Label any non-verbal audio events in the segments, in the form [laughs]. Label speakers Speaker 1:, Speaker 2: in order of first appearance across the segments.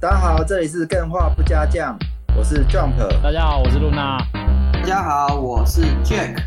Speaker 1: 大家好，这里是更画不加酱，我是 Jump。
Speaker 2: 大家好，我是露娜。
Speaker 3: 大家好，我是 Jack。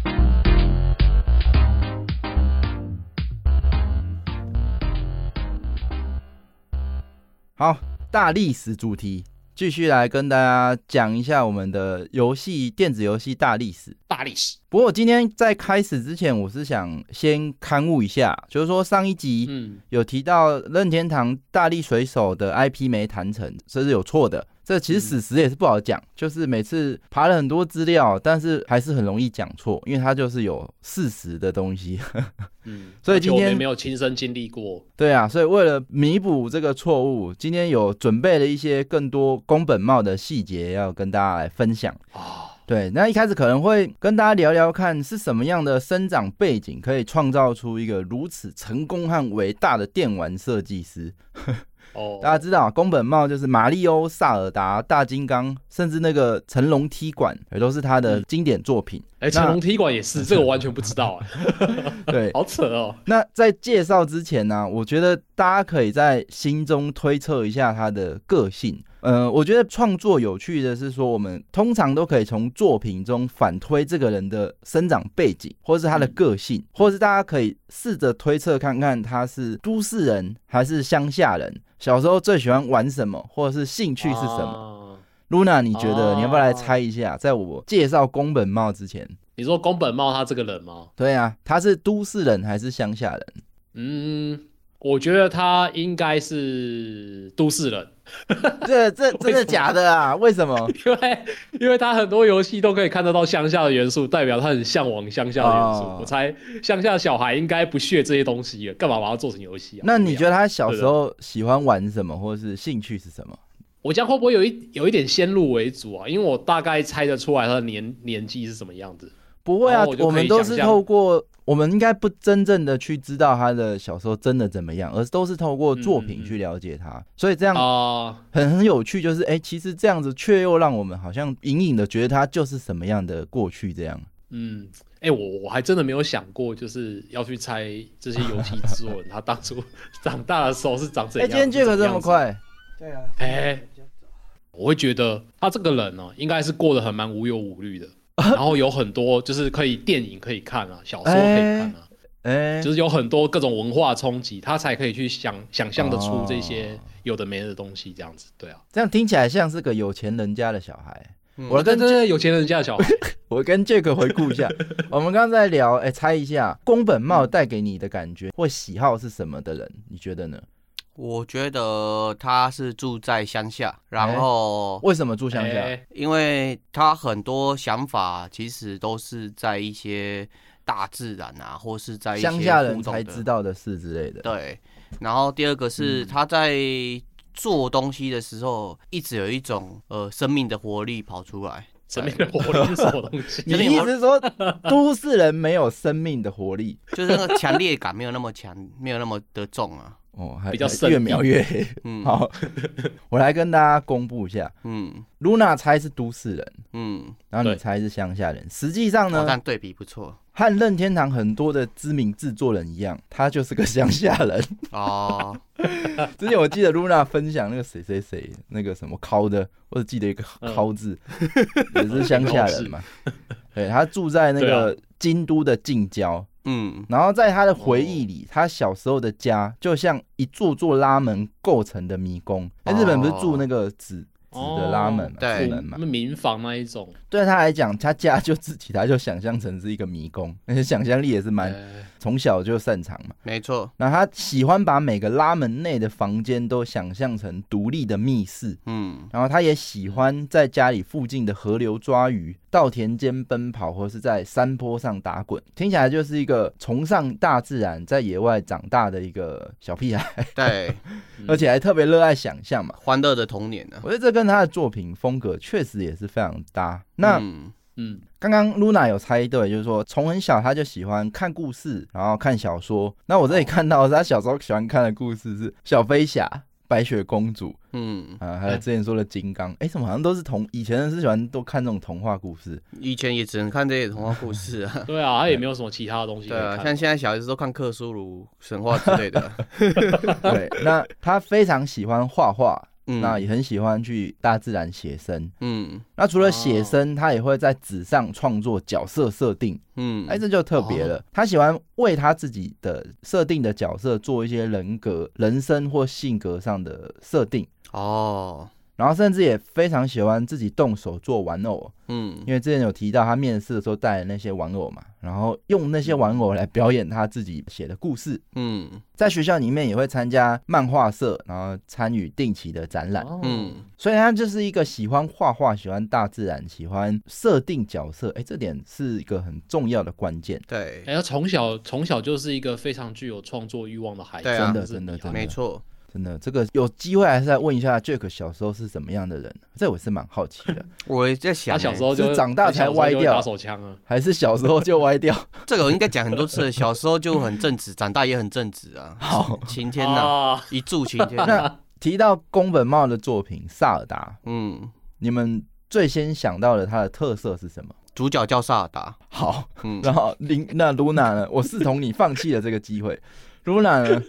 Speaker 4: 好，大历史主题，继续来跟大家讲一下我们的游戏电子游戏大历史。
Speaker 2: 大历史，
Speaker 4: 不过今天在开始之前，我是想先刊物一下，就是说上一集
Speaker 2: 嗯，
Speaker 4: 有提到任天堂大力水手的 IP 没谈成，这是有错的。这其实史实也是不好讲，
Speaker 1: 嗯
Speaker 4: 就是每次爬了很多资料，但是还是很容易讲错，因为它就是有事实的东西。
Speaker 2: 嗯，
Speaker 4: 所以今天
Speaker 2: 而且我们没有亲身经历过，
Speaker 4: 对啊，所以为了弥补这个错误，今天有准备了一些更多宫本茂的细节要跟大家来分享
Speaker 2: 啊。
Speaker 4: 对，那一开始可能会跟大家聊聊看是什么样的生长背景可以创造出一个如此成功和伟大的电玩设计师。
Speaker 2: 哦，
Speaker 4: 大家知道宫本茂就是马里欧、萨尔达、大金刚，甚至那个成龙踢馆也都是他的经典作品。
Speaker 2: 哎，成龙踢馆也
Speaker 4: [laughs]
Speaker 2: 是，这个我完全不知道，哎
Speaker 4: 对，
Speaker 2: 好扯哦。
Speaker 4: 那在介绍之前呢、我觉得大家可以在心中推测一下他的个性。呃，我觉得创作有趣的是说，我们通常都可以从作品中反推这个人的生长背景，或是他的个性，或是大家可以试着推测看看他是都市人还是乡下人，小时候最喜欢玩什么，或者是兴趣是什么。
Speaker 2: 么？
Speaker 4: Luna，你觉
Speaker 2: 哦
Speaker 4: 得你要不要来猜一下？在我介绍宫本茂之前，
Speaker 2: 你说宫本茂他这个人吗？
Speaker 4: 对啊，他是都市人还是乡下人？
Speaker 2: 嗯，我觉得他应该是都市人， [laughs]
Speaker 4: [laughs] 这这真的假的啊？为什么？
Speaker 2: 因为因为他很多游戏都可以看得到乡下的元素，代表他很向往乡下的元素。
Speaker 4: 哦
Speaker 2: 我猜乡下小孩应该不屑这些东西了，干嘛把它做成游戏啊？
Speaker 4: 那你
Speaker 2: 对啊
Speaker 4: 觉得他小时候喜欢玩什么，或者是兴趣是什么？
Speaker 2: 我这样会不会有一有一点先入为主啊？因为我大概猜得出来他的年年纪是什么样子。
Speaker 4: 不会啊，
Speaker 2: 哦我就可以
Speaker 4: 我们都是
Speaker 2: 想象
Speaker 4: 透过我们应该不真正的去知道他的小时候真的怎么样，而都是透过作
Speaker 2: 嗯嗯
Speaker 4: 品
Speaker 2: 嗯
Speaker 4: 去了解他。所以这样
Speaker 2: 啊、
Speaker 4: 很很有趣，就是哎、诶其实这样子却又让我们好像隐隐的觉得他就是什么样的过去这样。
Speaker 2: 嗯，哎、我我还真的没有想过，就是要去猜这些游戏制 [laughs] 作人他当初长大的时候是长怎
Speaker 4: 哎、
Speaker 2: 样。
Speaker 4: 今天
Speaker 2: 是
Speaker 4: Jack
Speaker 2: 怎
Speaker 4: 这
Speaker 2: 样
Speaker 4: 么
Speaker 2: 子，
Speaker 4: 快，
Speaker 3: 对啊，
Speaker 2: 哎我会觉得他这个人呢、应该是过得很蛮无忧
Speaker 4: [laughs]
Speaker 2: 无虑的，然后有很多就是可以电影可以看啊，小说可以看啊。
Speaker 4: 哎、
Speaker 2: 就是有很多各种文化冲击，他才可以去想想象得出这些
Speaker 4: 哦
Speaker 2: 有的没的东西，这样子，对啊。
Speaker 4: 这样听起来像是个有钱人家的小孩。
Speaker 3: 嗯
Speaker 4: 我
Speaker 2: 对
Speaker 4: 跟
Speaker 2: 对对，有钱人家的小孩，
Speaker 4: 我跟 Jack 回顾一
Speaker 3: [laughs]
Speaker 4: 下，我们刚刚在聊，哎、猜一下宫本茂
Speaker 3: 嗯
Speaker 4: 带给你的感觉或喜好是什么的人？你觉得呢？
Speaker 3: 我觉得他是住在乡下，
Speaker 4: 哎
Speaker 3: 然后
Speaker 4: 为什么住乡下？
Speaker 2: 哎
Speaker 3: 因为他很多想法其实都是在一些大自然啊，或是在一些
Speaker 4: 乡下人
Speaker 3: 互动
Speaker 4: 才
Speaker 3: 的
Speaker 4: 知道的嗯事之类的。
Speaker 3: 对，然后第二个是他在做东西的时候，一直有一种呃生命的活力跑出来。
Speaker 2: 生命的活力是什么东
Speaker 4: [laughs]
Speaker 2: 西？
Speaker 4: 你的意思是说，
Speaker 3: [laughs]
Speaker 4: 都市人没有生命的活力？
Speaker 3: 就是那个强烈感没有那么强，没有那么的重啊。
Speaker 4: 哦，还
Speaker 2: 比较
Speaker 4: 还
Speaker 2: 神秘
Speaker 4: 越描越黑。
Speaker 3: 嗯，， [laughs]
Speaker 4: 好，我来跟大家公布一下
Speaker 3: 嗯
Speaker 4: ，Luna 猜是都市人，
Speaker 3: 嗯，
Speaker 4: 然后你
Speaker 2: 对
Speaker 4: 猜是乡下人。实际上
Speaker 3: 好
Speaker 4: 呢，
Speaker 3: 像对比不错
Speaker 4: 和任天堂很多的知名制作人一样，他就是个乡下人。
Speaker 3: 哦。
Speaker 4: 之前我记得露娜分享那个谁谁谁那个什么尻的，我只记得一个尻字，也是乡下人嘛。对，他住在那
Speaker 2: 对
Speaker 4: 个京都的近郊，
Speaker 3: 嗯，
Speaker 4: 然后在他的回忆里，他小时候的家就像一座座拉门构成的迷宫。哎，日本不是住那个纸纸的拉门嘛，
Speaker 3: 对
Speaker 4: 纸门嘛
Speaker 2: 那？民房那一种，
Speaker 4: 对他来讲，他家就自己，他就想象成是一个迷宫， [laughs] 而且想象力也是蛮
Speaker 2: 哎
Speaker 4: 从小就擅长嘛。
Speaker 3: 没错。
Speaker 4: 那他喜欢把每个拉门内的房间都想象成独立的密室，
Speaker 3: 嗯
Speaker 4: 然后他也喜欢在家里附近的河流抓鱼、稻田间奔跑，或是在山坡上打滚。听起来就是一个崇尚大自然、在野外长大的一个小屁孩，
Speaker 3: 对，
Speaker 2: 嗯
Speaker 4: 而且还特别热爱想象嘛。
Speaker 3: 欢乐的童年呢、啊。
Speaker 4: 我觉得这跟他的作品风格确实也是非常搭。那
Speaker 3: 嗯
Speaker 2: 嗯，
Speaker 4: 刚刚 Luna 有猜对，就是说从很小他就喜欢看故事，然后看小说。那我这里看到的是他小时候喜欢看的故事是《小飞侠》《白雪公主》
Speaker 3: 嗯，
Speaker 4: 啊、还有
Speaker 2: 哎
Speaker 4: 之前说的《金刚》哎，怎么好像都是童以前人是喜欢都看这种童话故
Speaker 3: [laughs]
Speaker 4: 事？
Speaker 3: 以前也只能看这些童话故事 [laughs] 啊。
Speaker 2: 对啊，他也没有什么其他的东西可
Speaker 3: 对
Speaker 2: 以
Speaker 3: 啊，
Speaker 2: 看。
Speaker 3: 像现在小孩子都看 [laughs] 克苏鲁神话之类的。
Speaker 4: 对，那他非常喜欢画画，
Speaker 3: 嗯
Speaker 4: 那也很喜欢去大自然写生。
Speaker 3: 嗯
Speaker 4: 那除了写
Speaker 2: 哦
Speaker 4: 生，他也会在纸上创作角色设定，
Speaker 3: 嗯，
Speaker 4: 哎，这就特别了。他喜欢为他自己的设定的角色做一些人格、人生或性格上的设定，
Speaker 3: 哦，
Speaker 4: 然后甚至也非常喜欢自己动手做玩偶，
Speaker 3: 嗯
Speaker 4: 因为之前有提到他面试的时候带的那些玩偶嘛，然后用那些玩偶来表演他自己写的故事。
Speaker 3: 嗯
Speaker 4: 在学校里面也会参加漫画社，然后参与定期的展览，
Speaker 2: 哦
Speaker 3: 嗯，
Speaker 4: 所以他就是一个喜欢画画、喜欢大自然、喜欢设定角色，哎，这点是一个很重要的关键。
Speaker 3: 对，
Speaker 2: 哎、他从小从小就是一个非常具有创作欲望的孩子，
Speaker 3: 对啊
Speaker 4: 真的
Speaker 2: 是
Speaker 4: 真的
Speaker 2: 厉害
Speaker 4: 真的
Speaker 3: 没错，
Speaker 4: 真的，这个有机会还是再问一下 Jack 小时候是什么样的人，这我是蛮好奇的，
Speaker 3: 我也在想、
Speaker 2: 他小时
Speaker 3: 候
Speaker 2: 候就是
Speaker 4: 长大才歪掉
Speaker 2: 他小时候就会打手枪啊。
Speaker 4: 还是小时候就歪掉？ [laughs]
Speaker 3: 欸这个我应该讲很多次了，小时候就很正直，长大也很正直啊，
Speaker 4: 好，哦
Speaker 3: 晴天呐、
Speaker 2: 啊
Speaker 4: [laughs]
Speaker 3: 一柱擎天呐、
Speaker 4: 那提到宫本茂的作品《萨尔达》，
Speaker 3: 嗯，
Speaker 4: 你们最先想到的它的特色是什么？
Speaker 3: 主角叫萨尔达，
Speaker 4: 好，
Speaker 3: [laughs] 嗯
Speaker 4: 然后林那 Luna 呢？我视同你放弃了这个机会。Luna [laughs] 呢？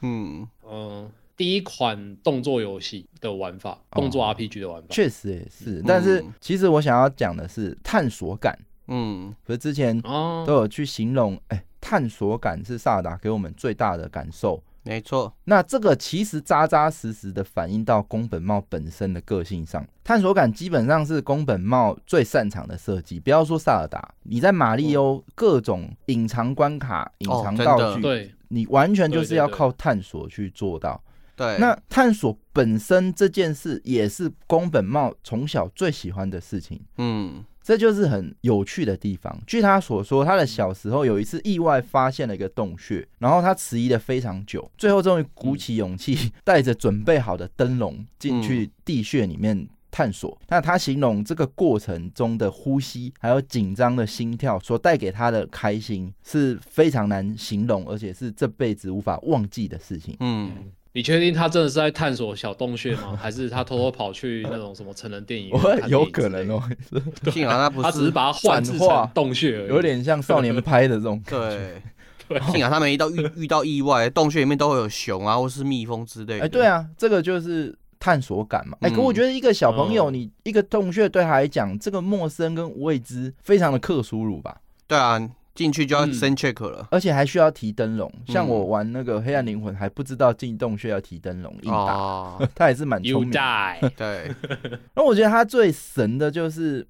Speaker 3: 嗯，
Speaker 2: 嗯，第一款动作游戏的玩法，
Speaker 4: 哦
Speaker 2: 动作 RPG 的玩法，
Speaker 4: 确实也是，但是
Speaker 3: 嗯
Speaker 4: 其实我想要讲的是探索感，
Speaker 3: 嗯
Speaker 4: 可是之前
Speaker 2: 哦，
Speaker 4: 都有去形容，哎，探索感是萨尔达给我们最大的感受。
Speaker 3: 没错，
Speaker 4: 那这个其实扎扎实实的反映到宫本茂本身的个性上，探索感基本上是宫本茂最擅长的设计。不要说萨尔达，你在马里欧各种隐藏关卡、隐
Speaker 3: 哦
Speaker 4: 藏
Speaker 3: 真
Speaker 4: 道
Speaker 3: 的
Speaker 4: 具，
Speaker 2: 对，
Speaker 4: 你完全就
Speaker 2: 对
Speaker 4: 是
Speaker 2: 对
Speaker 4: 要
Speaker 2: 对
Speaker 4: 靠探索去做到。
Speaker 3: 对，
Speaker 4: 那探索本身这件事也是宫本茂从小最喜欢的事情，
Speaker 3: 嗯
Speaker 4: 这就是很有趣的地方。据他所说，他的小时候有一次意外发现了一个洞穴，然后他迟疑了非常久，最后终于鼓起勇
Speaker 2: 嗯
Speaker 4: 气， [laughs] 带着准备好的灯笼进去地穴里面。探索，
Speaker 2: 嗯
Speaker 4: 那他形容这个过程中的呼吸，还有紧张的心跳所带给他的开心，是非常难形容，而且是这辈子无法忘记的事情。
Speaker 3: 嗯，
Speaker 2: 你确定他真的是在探索小洞穴
Speaker 4: [laughs]
Speaker 2: 吗？还是他偷偷跑去那种什么成人电影院
Speaker 4: 我
Speaker 2: 看电影嗯之类的？
Speaker 4: 有可能哦，
Speaker 3: 幸好他不
Speaker 2: 啊他只是
Speaker 3: 是
Speaker 2: 把它换置
Speaker 4: 转化
Speaker 2: 成洞穴而已，
Speaker 4: 有点像少
Speaker 2: [laughs]
Speaker 4: 年拍的这种感觉。
Speaker 3: 对。
Speaker 2: 啊
Speaker 3: 幸好他们一到遇遇到意外，洞穴里面都会有熊啊，或是蜜蜂之类
Speaker 4: 哎、
Speaker 3: 的。
Speaker 4: 对啊，这个就是探索感嘛。哎、可
Speaker 3: 嗯
Speaker 4: 我觉得一个小朋友，
Speaker 2: 哦
Speaker 4: 你一个洞穴对他来讲，这个陌生跟未知非常的克苏鲁吧，
Speaker 3: 对啊，进去就要
Speaker 2: 嗯
Speaker 3: send check 了。
Speaker 4: 而且还需要提灯笼。像
Speaker 3: 嗯
Speaker 4: 我玩那个黑暗灵魂，还不知道进洞穴要提灯笼，硬打。
Speaker 3: 哦，
Speaker 4: [laughs] 他也是蛮
Speaker 2: You
Speaker 4: 聪明的。 [laughs]
Speaker 2: die，嗯
Speaker 3: 对，
Speaker 4: 那我觉得他最神的就是。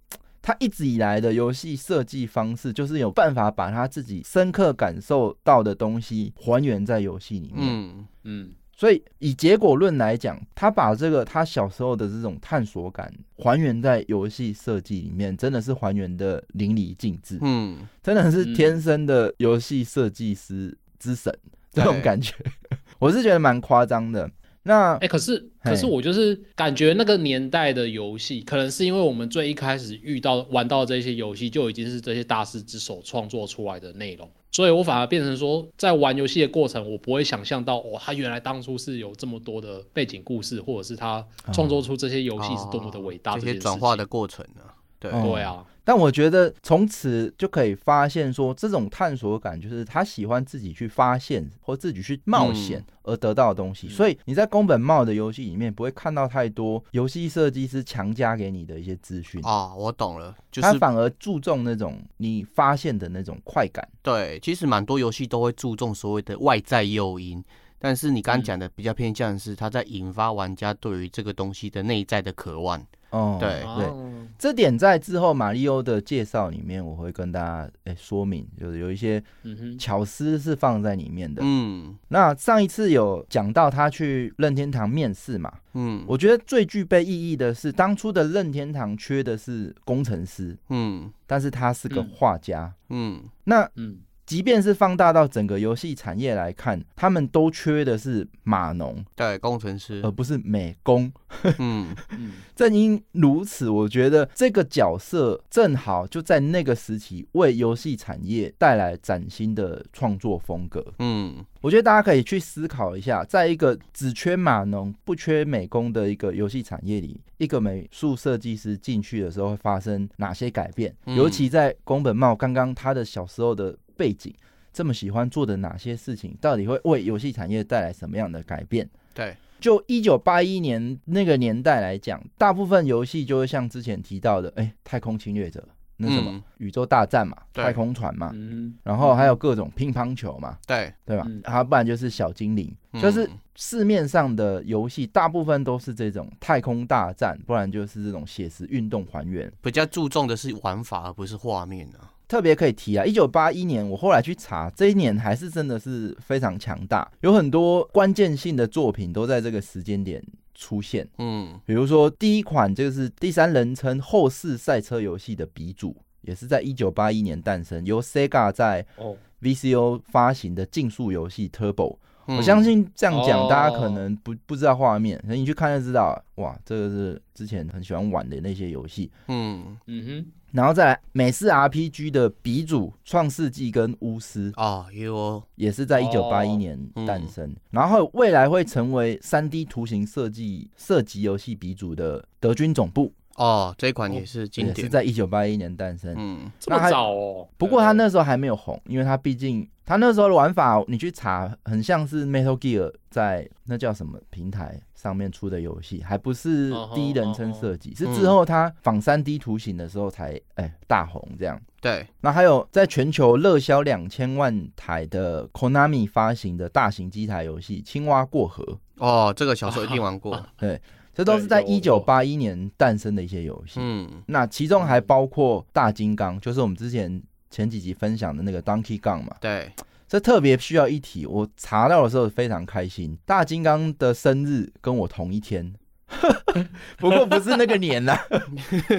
Speaker 4: 他一直以来的游戏设计方式，就是有办法把他自己深刻感受到的东西还原在游戏里面。
Speaker 3: 嗯
Speaker 2: 嗯，
Speaker 4: 所以以结果论来讲，他把这个他小时候的这种探索感还原在游戏设计里面，真的是还原的淋漓尽
Speaker 2: [laughs]
Speaker 4: 致，
Speaker 3: 嗯，
Speaker 4: 真的是天生的游戏设计师之神、这种
Speaker 3: 嗯对
Speaker 4: 感觉， [laughs] 我是觉得蛮夸张的。那
Speaker 2: 哎、可是
Speaker 4: 嘿
Speaker 2: 可是我就是感觉那个年代的游戏，可能是因为我们最一开始遇到玩到这些游戏，就已经是这些大师之手创作出来的内容，所以我反而变成说，在玩游戏的过程，我不会想象到哦，他原来当初是有这么多的背景故事，或者是他
Speaker 4: 哦
Speaker 2: 创作出这些游戏是多么的伟大、
Speaker 3: 哦这
Speaker 2: 件
Speaker 3: 些
Speaker 2: 事
Speaker 3: 转化
Speaker 2: 情
Speaker 3: 的过程呢？对，
Speaker 4: 嗯
Speaker 2: 对啊，
Speaker 4: 但我觉得从此就可以发现说，这种探索感就是他喜欢自己去发现或自己去冒
Speaker 3: 嗯
Speaker 4: 险而得到的东西。所以你在宫本茂的游戏里面不会看到太多游戏设计师强加给你的一些资讯，
Speaker 3: 哦，我懂了，就
Speaker 4: 他
Speaker 3: 是
Speaker 4: 反而注重那种你发现的那种快感。
Speaker 3: 对，其实蛮多游戏都会注重所谓的外在诱因，但是你
Speaker 2: 嗯
Speaker 3: 刚刚讲的比较偏向是它在引发玩家对于这个东西的内在的渴望。
Speaker 4: 哦，
Speaker 3: 对
Speaker 4: 对，
Speaker 2: 哦
Speaker 4: 这点在之后马里欧的介绍里面，我会跟大家诶、说明，就是有一些
Speaker 2: 嗯哼，
Speaker 4: 巧思是放在里面的。
Speaker 3: 嗯
Speaker 4: 那上一次有讲到他去任天堂面试嘛，
Speaker 3: 嗯，
Speaker 4: 我觉得最具备意义的是，当初的任天堂缺的是工程师，
Speaker 3: 嗯
Speaker 4: 但是他是个
Speaker 2: 嗯
Speaker 4: 画家。
Speaker 3: 嗯
Speaker 4: 那
Speaker 2: 嗯，
Speaker 4: 即便是放大到整个游戏产业来看，他们都缺的是码农，
Speaker 3: 对，工程师
Speaker 4: 而，不是美工。
Speaker 3: 嗯
Speaker 2: 嗯
Speaker 4: 正因如此，我觉得这个角色正好就在那个时期为游戏产业带来崭新的创作风格。
Speaker 3: 嗯
Speaker 4: 我觉得大家可以去思考一下，在一个只缺码农不缺美工的一个游戏产业里，一个美术设计师进去的时候会发生哪些改变？
Speaker 3: 嗯
Speaker 4: 尤其在宫本茂刚刚他的小时候的背景，这么喜欢做的哪些事情，到底会为游戏产业带来什么样的改变？
Speaker 3: 对，
Speaker 4: 就一九八一年那个年代来讲，大部分游戏就会像之前提到的，哎、太空侵略者，那什么、
Speaker 3: 嗯
Speaker 4: 宇宙大战嘛，
Speaker 3: 对
Speaker 4: 太空船嘛，
Speaker 2: 嗯，
Speaker 4: 然后还有各种乒乓球嘛，
Speaker 3: 对，
Speaker 4: 对吧
Speaker 2: 嗯？
Speaker 4: 还、不然就是小精灵，
Speaker 3: 嗯
Speaker 4: 就是市面上的游戏大部分都是这种太空大战，不然就是这种写实运动还原。
Speaker 3: 比较注重的是玩法而不是画面啊。
Speaker 4: 特别可以提啊，一九八一年，我后来去查，这一年还是真的是非常强大，有很多关键性的作品都在这个时间点出现。
Speaker 3: 嗯，
Speaker 4: 比如说第一款就是第三人称后视赛车游戏的鼻祖，也是在一九八一年诞生，由 Sega 在
Speaker 2: 哦，
Speaker 4: VCO 发行的竞速游戏 Turbo。
Speaker 3: 嗯
Speaker 4: 我相信这样讲，
Speaker 2: 哦
Speaker 4: 大家可能不不知道画面，可能你去看就知道。哇，这个是之前很喜欢玩的那些游戏。
Speaker 3: 嗯
Speaker 2: 嗯
Speaker 4: 然后再来美式 RPG 的鼻祖《创世纪》跟《巫师》
Speaker 3: 啊有哦嗯
Speaker 4: 也是在一九八一
Speaker 2: 哦
Speaker 4: 年诞生，然后未来会成为三 D 图形设计射击游戏鼻祖的德军总部，
Speaker 3: 哦，这一款也是经
Speaker 4: 也是
Speaker 3: 典。
Speaker 4: 在一九八一年诞生。
Speaker 3: 嗯
Speaker 2: 哼，这
Speaker 4: 那还
Speaker 2: 么早哦。
Speaker 4: 不过他那时候还没有红，因为他毕竟他那时候的玩法，你去查很像是 Metal Gear 在那叫什么平台上面出的游戏，还不是
Speaker 2: 哦吼
Speaker 4: 第一人称设计，是之后他仿三 D 图形的时候才哎、大红这样。
Speaker 3: 对，
Speaker 4: 那还有在全球热销两千万台的 Konami 发行的大型机台游戏《青蛙过河》，
Speaker 3: 哦，这个小时候一定玩
Speaker 4: 哦
Speaker 3: 过。
Speaker 4: 这都是在
Speaker 2: 对
Speaker 4: 一
Speaker 2: 有
Speaker 4: 九
Speaker 2: 我
Speaker 4: 八一年诞生的一些游戏。
Speaker 3: 嗯
Speaker 4: 那其中还包括大金刚，就是我们之前前几集分享的那个 Donkey Kong 嘛。
Speaker 3: 对，
Speaker 4: 这特别需要一提，我查到的时候非常开心。大金刚的生日跟我同一天， [laughs] 不过不是那个年
Speaker 3: [laughs]
Speaker 4: 啦、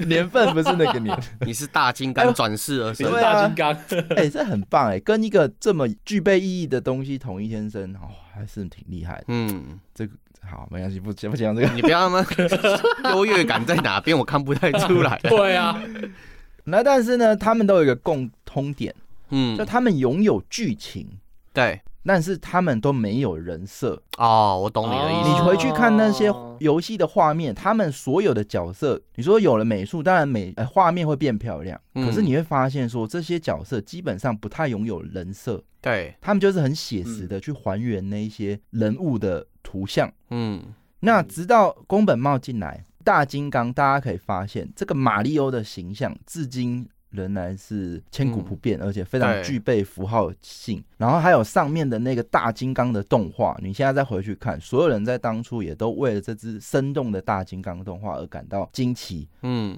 Speaker 4: 年份不是那个年。
Speaker 3: 你是大金
Speaker 4: 哎
Speaker 3: 刚转世而
Speaker 2: 你
Speaker 3: 生
Speaker 2: 是
Speaker 4: 对。啊
Speaker 2: 大金刚，
Speaker 4: 哎、这很棒哎、跟一个这么具备意义的东西同一天生，哦，还是挺厉害的。
Speaker 3: 嗯，
Speaker 4: 这个好，没关系，不讲不讲这个。
Speaker 3: 你不要那
Speaker 4: [laughs]
Speaker 3: 么优越感在哪边，我看不太出来。
Speaker 2: 对啊， [laughs]
Speaker 4: 那但是呢，他们都有一个共通点，
Speaker 3: 嗯
Speaker 4: 就，他们拥有剧情，
Speaker 3: 对，
Speaker 4: 但是他们都没有人设。
Speaker 3: 哦，我懂你的意
Speaker 4: 你
Speaker 3: 思。
Speaker 4: 回去看那些
Speaker 2: 哦
Speaker 4: 游戏的画面，他们所有的角色，你说有了美术，当然美呃画面会变漂亮，
Speaker 3: 嗯
Speaker 4: 可是你会发现说这些角色基本上不太拥有人设，
Speaker 3: 对，
Speaker 4: 他们就是很写实的去还原那一些人物的图像。
Speaker 3: 嗯，
Speaker 4: 那直到宫本茂进来，大金刚，大家可以发现这个马里欧的形象至今。仍然是千古不变，而且非常
Speaker 3: 对
Speaker 4: 具备符号性。然后还有上面的那个大金刚的动画，你现在再回去看，所有人在当初也都为了这只生动的大金刚动画而感到惊奇。
Speaker 3: 嗯，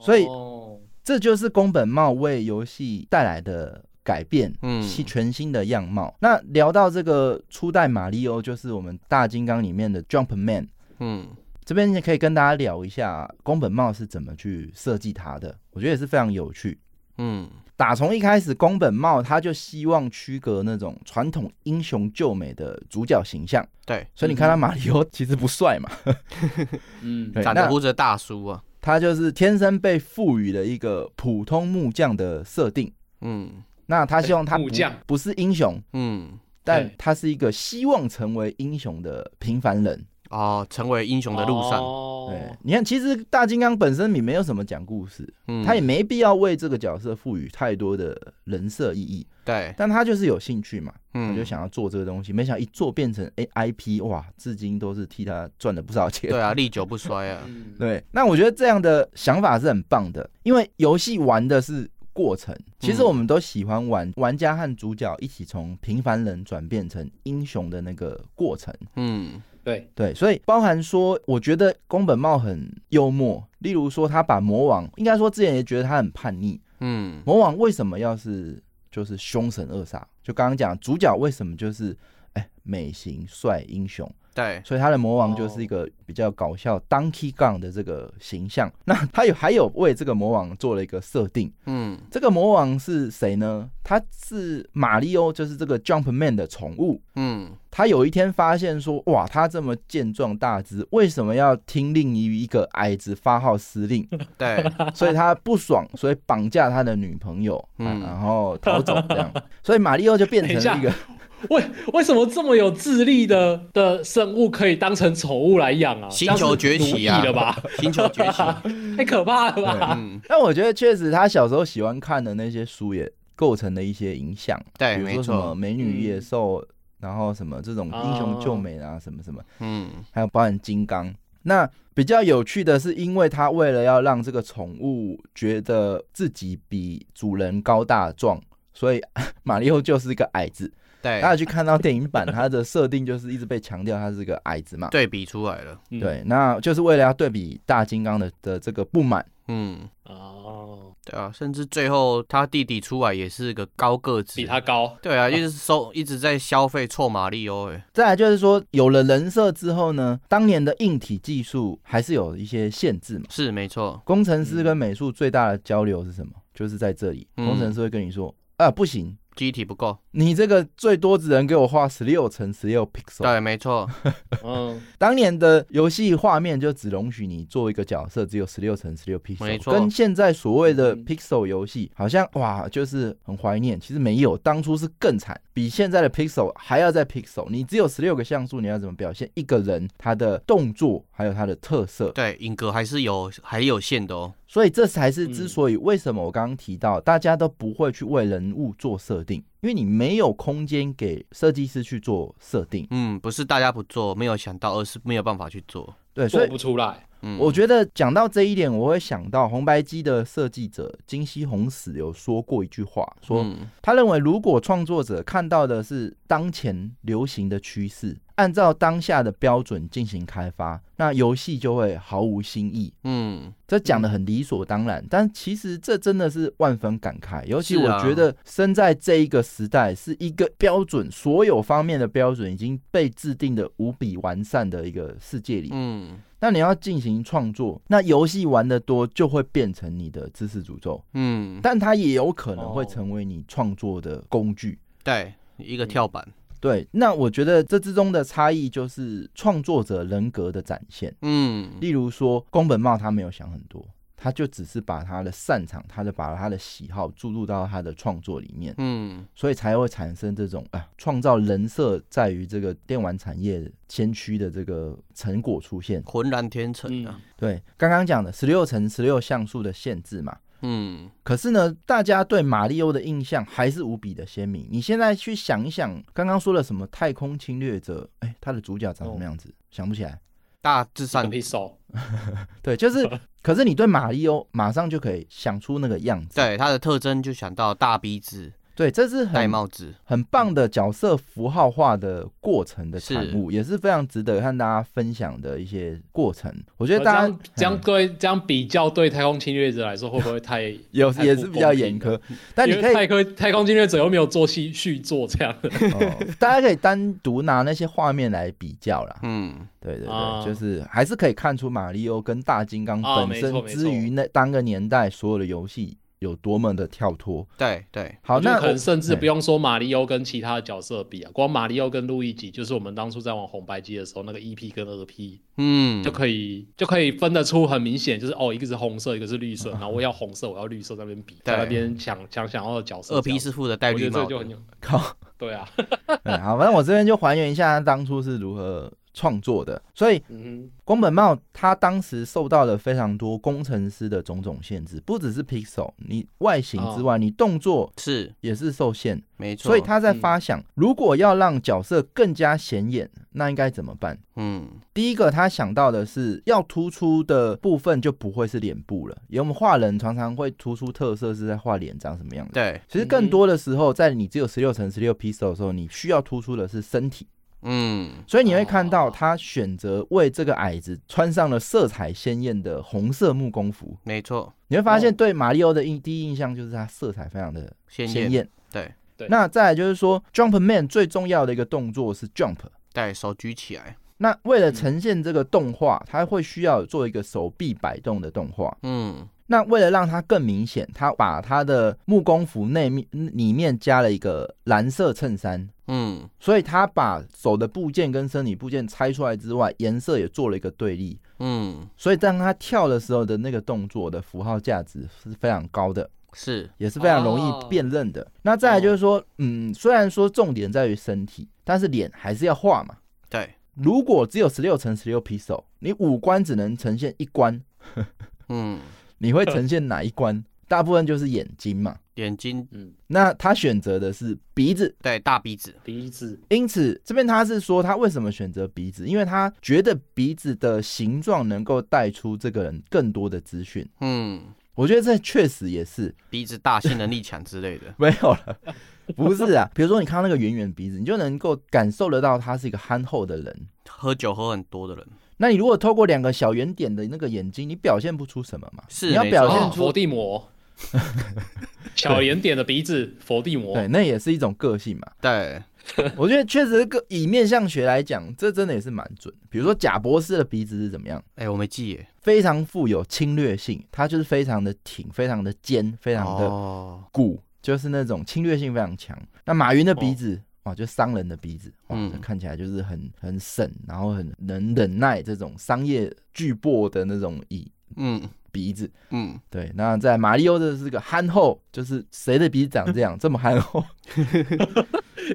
Speaker 4: 所以
Speaker 2: 哦
Speaker 4: 这就是宫本茂为游戏带来的改变，
Speaker 3: 嗯
Speaker 4: 嗯，全新的样貌。那聊到这个初代马里欧，就是我们大金刚里面的 Jump Man，
Speaker 3: 嗯，
Speaker 4: 这边也可以跟大家聊一下宫本茂是怎么去设计它的，我觉得也是非常有趣。
Speaker 3: 嗯，
Speaker 4: 打从一开始，宫本茂他就希望区隔那种传统英雄救美的主角形象，
Speaker 3: 对，
Speaker 4: 所以你看他马里奥其实不帅嘛，
Speaker 2: 嗯，
Speaker 4: 对
Speaker 3: 长
Speaker 4: 那
Speaker 3: 着胡子的大叔啊。
Speaker 4: 他就是天生被赋予了一个普通木匠的设定。
Speaker 3: 嗯
Speaker 4: 那他希望他不
Speaker 2: 木匠
Speaker 4: 不是英雄，
Speaker 3: 嗯，
Speaker 4: 但
Speaker 2: 对
Speaker 4: 他是一个希望成为英雄的平凡人。
Speaker 3: 哦，成为英雄的路上，
Speaker 4: 对
Speaker 2: 上，
Speaker 4: 你看，其实大金刚本身你没有什么讲故事，
Speaker 3: 嗯，
Speaker 4: 他也没必要为这个角色赋予太多的人设意义，
Speaker 3: 对，
Speaker 4: 但他就是有兴趣嘛，
Speaker 3: 嗯，
Speaker 4: 他就想要做这个东西，没想到一做变成 A I P，哇，至今都是替他赚了不少钱。
Speaker 3: 对啊，历久不衰啊。
Speaker 2: 嗯，
Speaker 4: 对，那我觉得这样的想法是很棒的，因为游戏玩的是过程，其实
Speaker 3: 嗯
Speaker 4: 我们都喜欢玩玩家和主角一起从平凡人转变成英雄的那个过程。
Speaker 3: 嗯
Speaker 2: 对，
Speaker 4: 对，所以包含说，我觉得宫本茂很幽默，例如说他把魔王，应该说之前也觉得他很叛逆，
Speaker 3: 嗯
Speaker 4: 魔王为什么要是就是凶神恶煞？就刚刚讲主角为什么就是哎美型帅英雄，
Speaker 3: 对，
Speaker 4: 所以他的魔王就是一个比较搞笑 Donkey Kong 的这个形象。那他有还有为这个魔王做了一个设定，
Speaker 3: 嗯
Speaker 4: 这个魔王是谁呢？他是马里欧，就是这个 Jump Man 的宠物。
Speaker 3: 嗯
Speaker 4: 他有一天发现说，哇，他这么健壮大只，为什么要听令于一个矮子发号施令？
Speaker 3: 对，
Speaker 4: 所以他不爽，所以绑架他的女朋友，
Speaker 3: 嗯
Speaker 4: 啊然后逃走这样。 [laughs] 所以马里奥就变成
Speaker 3: [laughs]
Speaker 4: 了一个，
Speaker 2: 为为什么这么有智力的的生物可以当成宠物来养啊？
Speaker 3: 星球崛起啊
Speaker 2: 这样是奴役
Speaker 4: [laughs]
Speaker 2: 了吧？
Speaker 3: 星球崛起，
Speaker 2: 太可怕了吧？
Speaker 3: 嗯，
Speaker 4: 但我觉得确实他小时候喜欢看的那些书也构成了一些影响，
Speaker 3: 对，
Speaker 4: 比如
Speaker 3: 哎没
Speaker 4: 说什么《
Speaker 3: 错，哦
Speaker 4: 美女与野兽》然后什么这种英雄救美啊，什么什么，
Speaker 3: 嗯，
Speaker 4: 还有包含金刚。那比较有趣的是，因为他为了要让这个宠物觉得自己比主人高大壮，所以 [laughs] 马里奥就是一个矮子。
Speaker 3: 对，
Speaker 4: 大家去看到电影版，它的设定就是一直被强调它是个矮子嘛。
Speaker 3: 对比出来了，
Speaker 2: 嗯
Speaker 4: 对，那就是为了要对比大金刚的的这个不满。
Speaker 3: 嗯，
Speaker 2: 哦，
Speaker 3: 对啊，甚至最后他弟弟出来也是个高个子，
Speaker 2: 比他高，
Speaker 3: 对啊，一直收一直在消费臭马里欧，哎，
Speaker 4: 再来就是说，有了人设之后呢，当年的硬体技术还是有一些限制嘛。
Speaker 3: 是没错，
Speaker 4: 工程师跟美术最大的交流是什么？就是在这里，
Speaker 3: 嗯
Speaker 4: 工程师会跟你说啊，不行，
Speaker 3: 机体不够，
Speaker 4: 你这个最多只能给我画十六乘十六 pixel。
Speaker 3: 对，没错，
Speaker 2: 嗯，
Speaker 4: 当年的游戏画面就只容许你做一个角色，只有十六乘十六
Speaker 3: 没
Speaker 4: pixel，
Speaker 3: 错
Speaker 4: 跟现在所谓的
Speaker 2: 嗯
Speaker 4: pixel 游戏好像哇，就是很怀念。其实没有，当初是更惨，比现在的 pixel 还要再 pixel。你只有十六个像素，你要怎么表现一个人他的动作，还有他的特色？
Speaker 3: 对，影格还是有还有限的哦，
Speaker 4: 所以这才是之所以为什么我刚刚提到，大家都不会去为人物做设定，因为你没有空间给设计师去做设定。
Speaker 3: 嗯，不是大家不做，没有想到，而是没有办法去做，
Speaker 4: 对，所
Speaker 2: 做
Speaker 4: 以
Speaker 2: 不出来，
Speaker 3: 嗯，
Speaker 4: 我觉得讲到这一点，我会想到红白机的设计者金希红史有说过一句话，说
Speaker 3: 嗯
Speaker 4: 他认为如果创作者看到的是当前流行的趋势，按照当下的标准进行开发，那游戏就会毫无新意。
Speaker 3: 嗯，
Speaker 4: 这讲的很理所当然，但其实这真的是万分感慨。尤其
Speaker 3: 是
Speaker 4: 我
Speaker 3: 啊
Speaker 4: 觉得生在这一个时代，是一个标准，所有方面的标准已经被制定的无比完善的一个世界里。
Speaker 3: 嗯
Speaker 4: 那你要进行创作，那游戏玩的多就会变成你的知识诅咒，
Speaker 3: 嗯，
Speaker 4: 但它也有可能会
Speaker 2: 哦
Speaker 4: 成为你创作的工具。
Speaker 3: 对，一个跳板，
Speaker 4: 对，那我觉得这之中的差异就是创作者人格的展现。
Speaker 3: 嗯，
Speaker 4: 例如说，宫本茂他没有想很多，他就只是把他的擅长，他就把他的喜好注入到他的创作里面，
Speaker 3: 嗯，
Speaker 4: 所以才会产生这种啊，创造人设在于这个电玩产业先驱的这个成果出现。
Speaker 3: 浑然天成啊
Speaker 2: 嗯，，
Speaker 4: 对，刚刚讲的十六乘十六像素的限制嘛。
Speaker 3: 嗯，
Speaker 4: 可是呢，大家对马里欧的印象还是无比的鲜明。你现在去想一想，刚刚说了什么太空侵略者？哎，他的主角长什么样子？想不起来。
Speaker 3: 大致
Speaker 2: 很
Speaker 3: 上，
Speaker 2: p i x e
Speaker 4: 对，
Speaker 3: [laughs]
Speaker 4: 就是，可是你对马里欧马上就可以想出那个样子。
Speaker 3: 对它的特征就想到大鼻子、
Speaker 4: 对，这是
Speaker 3: 戴
Speaker 4: 很
Speaker 3: 帽子，
Speaker 4: 很棒的角色符号化的过程的产物，也是非常值得和大家分享的一些过程。我觉
Speaker 2: 呃
Speaker 4: 得
Speaker 2: 这
Speaker 4: 大家
Speaker 2: 样
Speaker 4: 嗯
Speaker 2: 这样对这样比较对太空侵略者来说会不会太？
Speaker 4: 有
Speaker 2: 太
Speaker 4: 也
Speaker 2: 不
Speaker 4: 是比
Speaker 2: 公
Speaker 4: 较
Speaker 2: 平
Speaker 4: 严
Speaker 2: 了
Speaker 4: 苛，但你
Speaker 2: 因
Speaker 4: 可
Speaker 2: 为
Speaker 4: 以
Speaker 2: 太空太空侵略者又没有做续续作这样的，
Speaker 4: 哦， [laughs] 大家可以单独拿那些画面来比较啦。
Speaker 3: 嗯，
Speaker 4: 对对对，
Speaker 2: 啊
Speaker 4: 就是还是可以看出马里奥跟大金刚
Speaker 2: 啊
Speaker 4: 本
Speaker 2: 没错
Speaker 4: 身
Speaker 2: 没错
Speaker 4: 之于那当个年代所有的游戏有多么的跳脱。
Speaker 3: 对对，
Speaker 4: 好，
Speaker 2: 我觉得
Speaker 4: 那
Speaker 2: 可
Speaker 4: 我 [laughs]
Speaker 2: 能甚至不用说马里奥跟其他的角色比啊，光马里奥跟路易吉，就是我们当初在玩红白机的时候，那个 EP 跟二 P
Speaker 3: 嗯
Speaker 2: 就，可以、就可以分得出很明显，就是哦，一个是红色，一个是绿色，然后我要红色，我要绿色，在那边比，在那边抢抢想要的角色。
Speaker 3: 二 P
Speaker 2: 这样
Speaker 3: 是负责戴
Speaker 2: 我觉得
Speaker 3: 绿
Speaker 2: 这
Speaker 3: 帽
Speaker 2: 就
Speaker 3: 的
Speaker 2: 很，有
Speaker 4: 靠，
Speaker 2: 对啊，
Speaker 4: 嗯，好，反正我这边就还原一下他当初是如何创作的。所以
Speaker 2: 嗯
Speaker 4: 宫本茂他当时受到了非常多工程师的种种限制，不只是 pixel，你外形之外，你动作
Speaker 3: 是
Speaker 4: 也是受限。
Speaker 3: 没错，
Speaker 4: 所以他在
Speaker 2: 嗯
Speaker 4: 发想，如果要让角色更加显眼，那应该怎么办？
Speaker 3: 嗯
Speaker 4: 第一个他想到的是要突出的部分就不会是脸部了，因为我们画人常常会突出特色是在画脸长什么样子。
Speaker 3: 对，
Speaker 4: 其实更多的时候，在你只有十六乘十六 pixel 的时候，你需要突出的是身体，
Speaker 3: 嗯
Speaker 4: 所以你会看到
Speaker 2: 哦
Speaker 4: 他选择为这个矮子穿上了色彩鲜艳的红色木工服。
Speaker 3: 没错，
Speaker 4: 你会
Speaker 3: 哦
Speaker 4: 发现，对马里奥的印第一印象就是他色彩非常的
Speaker 3: 鲜
Speaker 4: 鲜
Speaker 3: 艳，
Speaker 4: 艳。
Speaker 3: 对
Speaker 2: 对
Speaker 4: 那再来就是说，Jump Man 最重要的一个动作是 jump，
Speaker 3: 对，手举起来，
Speaker 4: 那为了呈现这个动画，它会需要做一个手臂摆动的动画。
Speaker 3: 嗯
Speaker 4: 那为了让它更明显，他把他的木工服内面里面加了一个蓝色衬衫，
Speaker 3: 嗯
Speaker 4: 所以他把手的部件跟身体部件拆出来之外，颜色也做了一个对立。
Speaker 3: 嗯，
Speaker 4: 所以当他跳的时候的那个动作的符号价值是非常高的，
Speaker 3: 是
Speaker 4: 也是非常容易辨认的。那再来就是说，嗯，虽然说重点在于身体，但是脸还是要画嘛。
Speaker 3: 对，
Speaker 4: 如果只有十六乘十六 pixel，你五官只能呈现一关，
Speaker 3: 嗯，
Speaker 4: 你会呈现哪一关？大部分就是眼睛嘛。
Speaker 3: 眼睛，
Speaker 2: 嗯，
Speaker 4: 那他选择的是鼻子，
Speaker 3: 对，大鼻子，
Speaker 2: 鼻子，
Speaker 4: 因此这边他是说他为什么选择鼻子，因为他觉得鼻子的形状能够带出这个人更多的资讯。
Speaker 3: 嗯，
Speaker 4: 我觉得这确实也是。
Speaker 3: 鼻子大，性能力强之类的
Speaker 4: 没有
Speaker 3: [laughs]
Speaker 4: 了，不是啊。比如说你看到那个圆圆鼻子，你就能够感受得到他是一个憨厚的人。
Speaker 3: 喝酒喝很多的人，
Speaker 4: 那你如果透过两个小圆点的那个眼睛，你表现不出什么嘛？
Speaker 3: 是
Speaker 4: 你要
Speaker 3: 没
Speaker 4: 表
Speaker 3: 错
Speaker 4: 现
Speaker 2: 哦，
Speaker 4: 出
Speaker 2: 佛地魔，小圆点的鼻子，佛地魔
Speaker 4: 对，，那也是一种个性嘛。
Speaker 3: 对，
Speaker 4: 我觉得确实个以面相学来讲，这真的也是蛮准的。比如说贾博士的鼻子是怎么样？
Speaker 3: 哎，我没记耶。
Speaker 4: 非常富有侵略性，它就是非常的挺，非常的尖，非常的
Speaker 3: 哦，
Speaker 4: 鼓，就是那种侵略性非常强。那马云的鼻子。哇，就商人的鼻子，哇，
Speaker 3: 哦嗯
Speaker 4: 这看起来就是很很省，然后很能忍耐这种商业巨擘的那种以
Speaker 3: 嗯
Speaker 4: 鼻子。
Speaker 3: 嗯，
Speaker 4: 对，那在马里欧的是个憨厚，就是谁的鼻子长这样这么憨厚？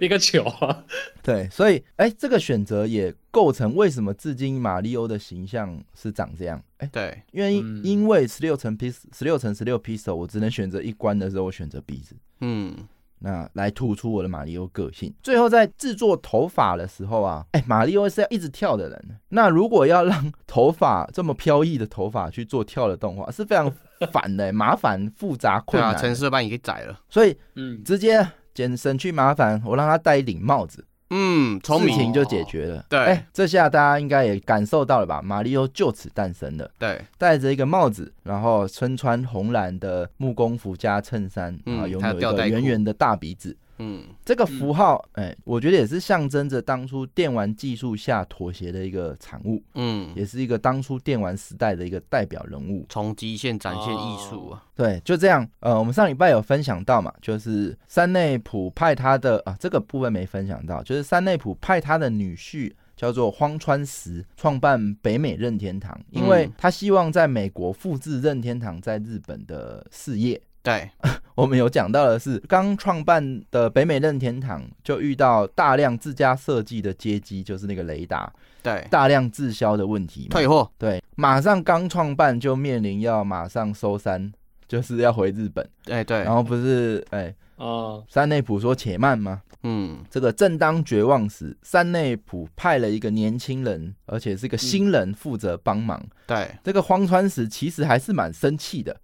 Speaker 2: 一个球啊，
Speaker 4: 对，所以哎、这个选择也构成为什么至今马里欧的形象是长这样。哎、
Speaker 3: 对，
Speaker 4: 因为
Speaker 2: 嗯
Speaker 4: 因为十六乘 P 十六乘十六 P 手，我只能选择一关的时候，我选择鼻子，
Speaker 3: 嗯，
Speaker 4: 那来突出我的马里欧个性。最后在制作头发的时候啊，哎，马里欧是要一直跳的人，那如果要让头发这么飘逸的头发去做跳的动画，是非常烦的、麻烦、复杂、
Speaker 3: 对
Speaker 4: 困
Speaker 3: 啊，
Speaker 4: 难的，
Speaker 3: 城市把你给宰了。
Speaker 4: 所以
Speaker 2: 嗯，
Speaker 4: 直接减省去麻烦，我让他戴一顶帽子，
Speaker 3: 嗯，聪
Speaker 4: 事
Speaker 3: 明
Speaker 4: 情，就解决了。
Speaker 3: 对
Speaker 4: 哎，这下大家应该也感受到了吧？马里欧就此诞生了。
Speaker 3: 对，
Speaker 4: 戴着一个帽子，然后身穿红蓝的木工服加衬衫，
Speaker 3: 嗯
Speaker 4: 然后拥
Speaker 3: 还
Speaker 4: 有
Speaker 3: 有
Speaker 4: 一
Speaker 3: 吊
Speaker 4: 个
Speaker 3: 带裤
Speaker 4: 圆圆的大鼻子。
Speaker 3: 嗯，
Speaker 4: 这个符号，哎、我觉得也是象征着当初电玩技术下妥协的一个产物，
Speaker 3: 嗯，
Speaker 4: 也是一个当初电玩时代的一个代表人物。
Speaker 3: 从极限展现艺术啊，
Speaker 4: 对，就这样。呃，我们上礼拜有分享到嘛，就是山内普派他的啊，这个部分没分享到，就是山内普派他的女婿叫做荒川实创办北美任天堂，因为
Speaker 3: 嗯
Speaker 4: 他希望在美国复制任天堂在日本的事业。
Speaker 3: 对，
Speaker 4: 我们有讲到的是，刚创办的北美任天堂就遇到大量自家设计的街机，就是那个雷达，
Speaker 3: 对，
Speaker 4: 大量滞销的问题嘛。
Speaker 3: 退货，
Speaker 4: 对，马上刚创办就面临要马上收山，就是要回日本。
Speaker 3: 哎，对
Speaker 4: 然，后不是哎、
Speaker 2: 啊，
Speaker 4: 山内普说且慢吗？
Speaker 3: 嗯，
Speaker 4: 这个正当绝望时，山内普派了一个年轻人，而且是个新人负责帮忙。
Speaker 3: 对，
Speaker 4: 这个荒川石其实还是蛮生气的。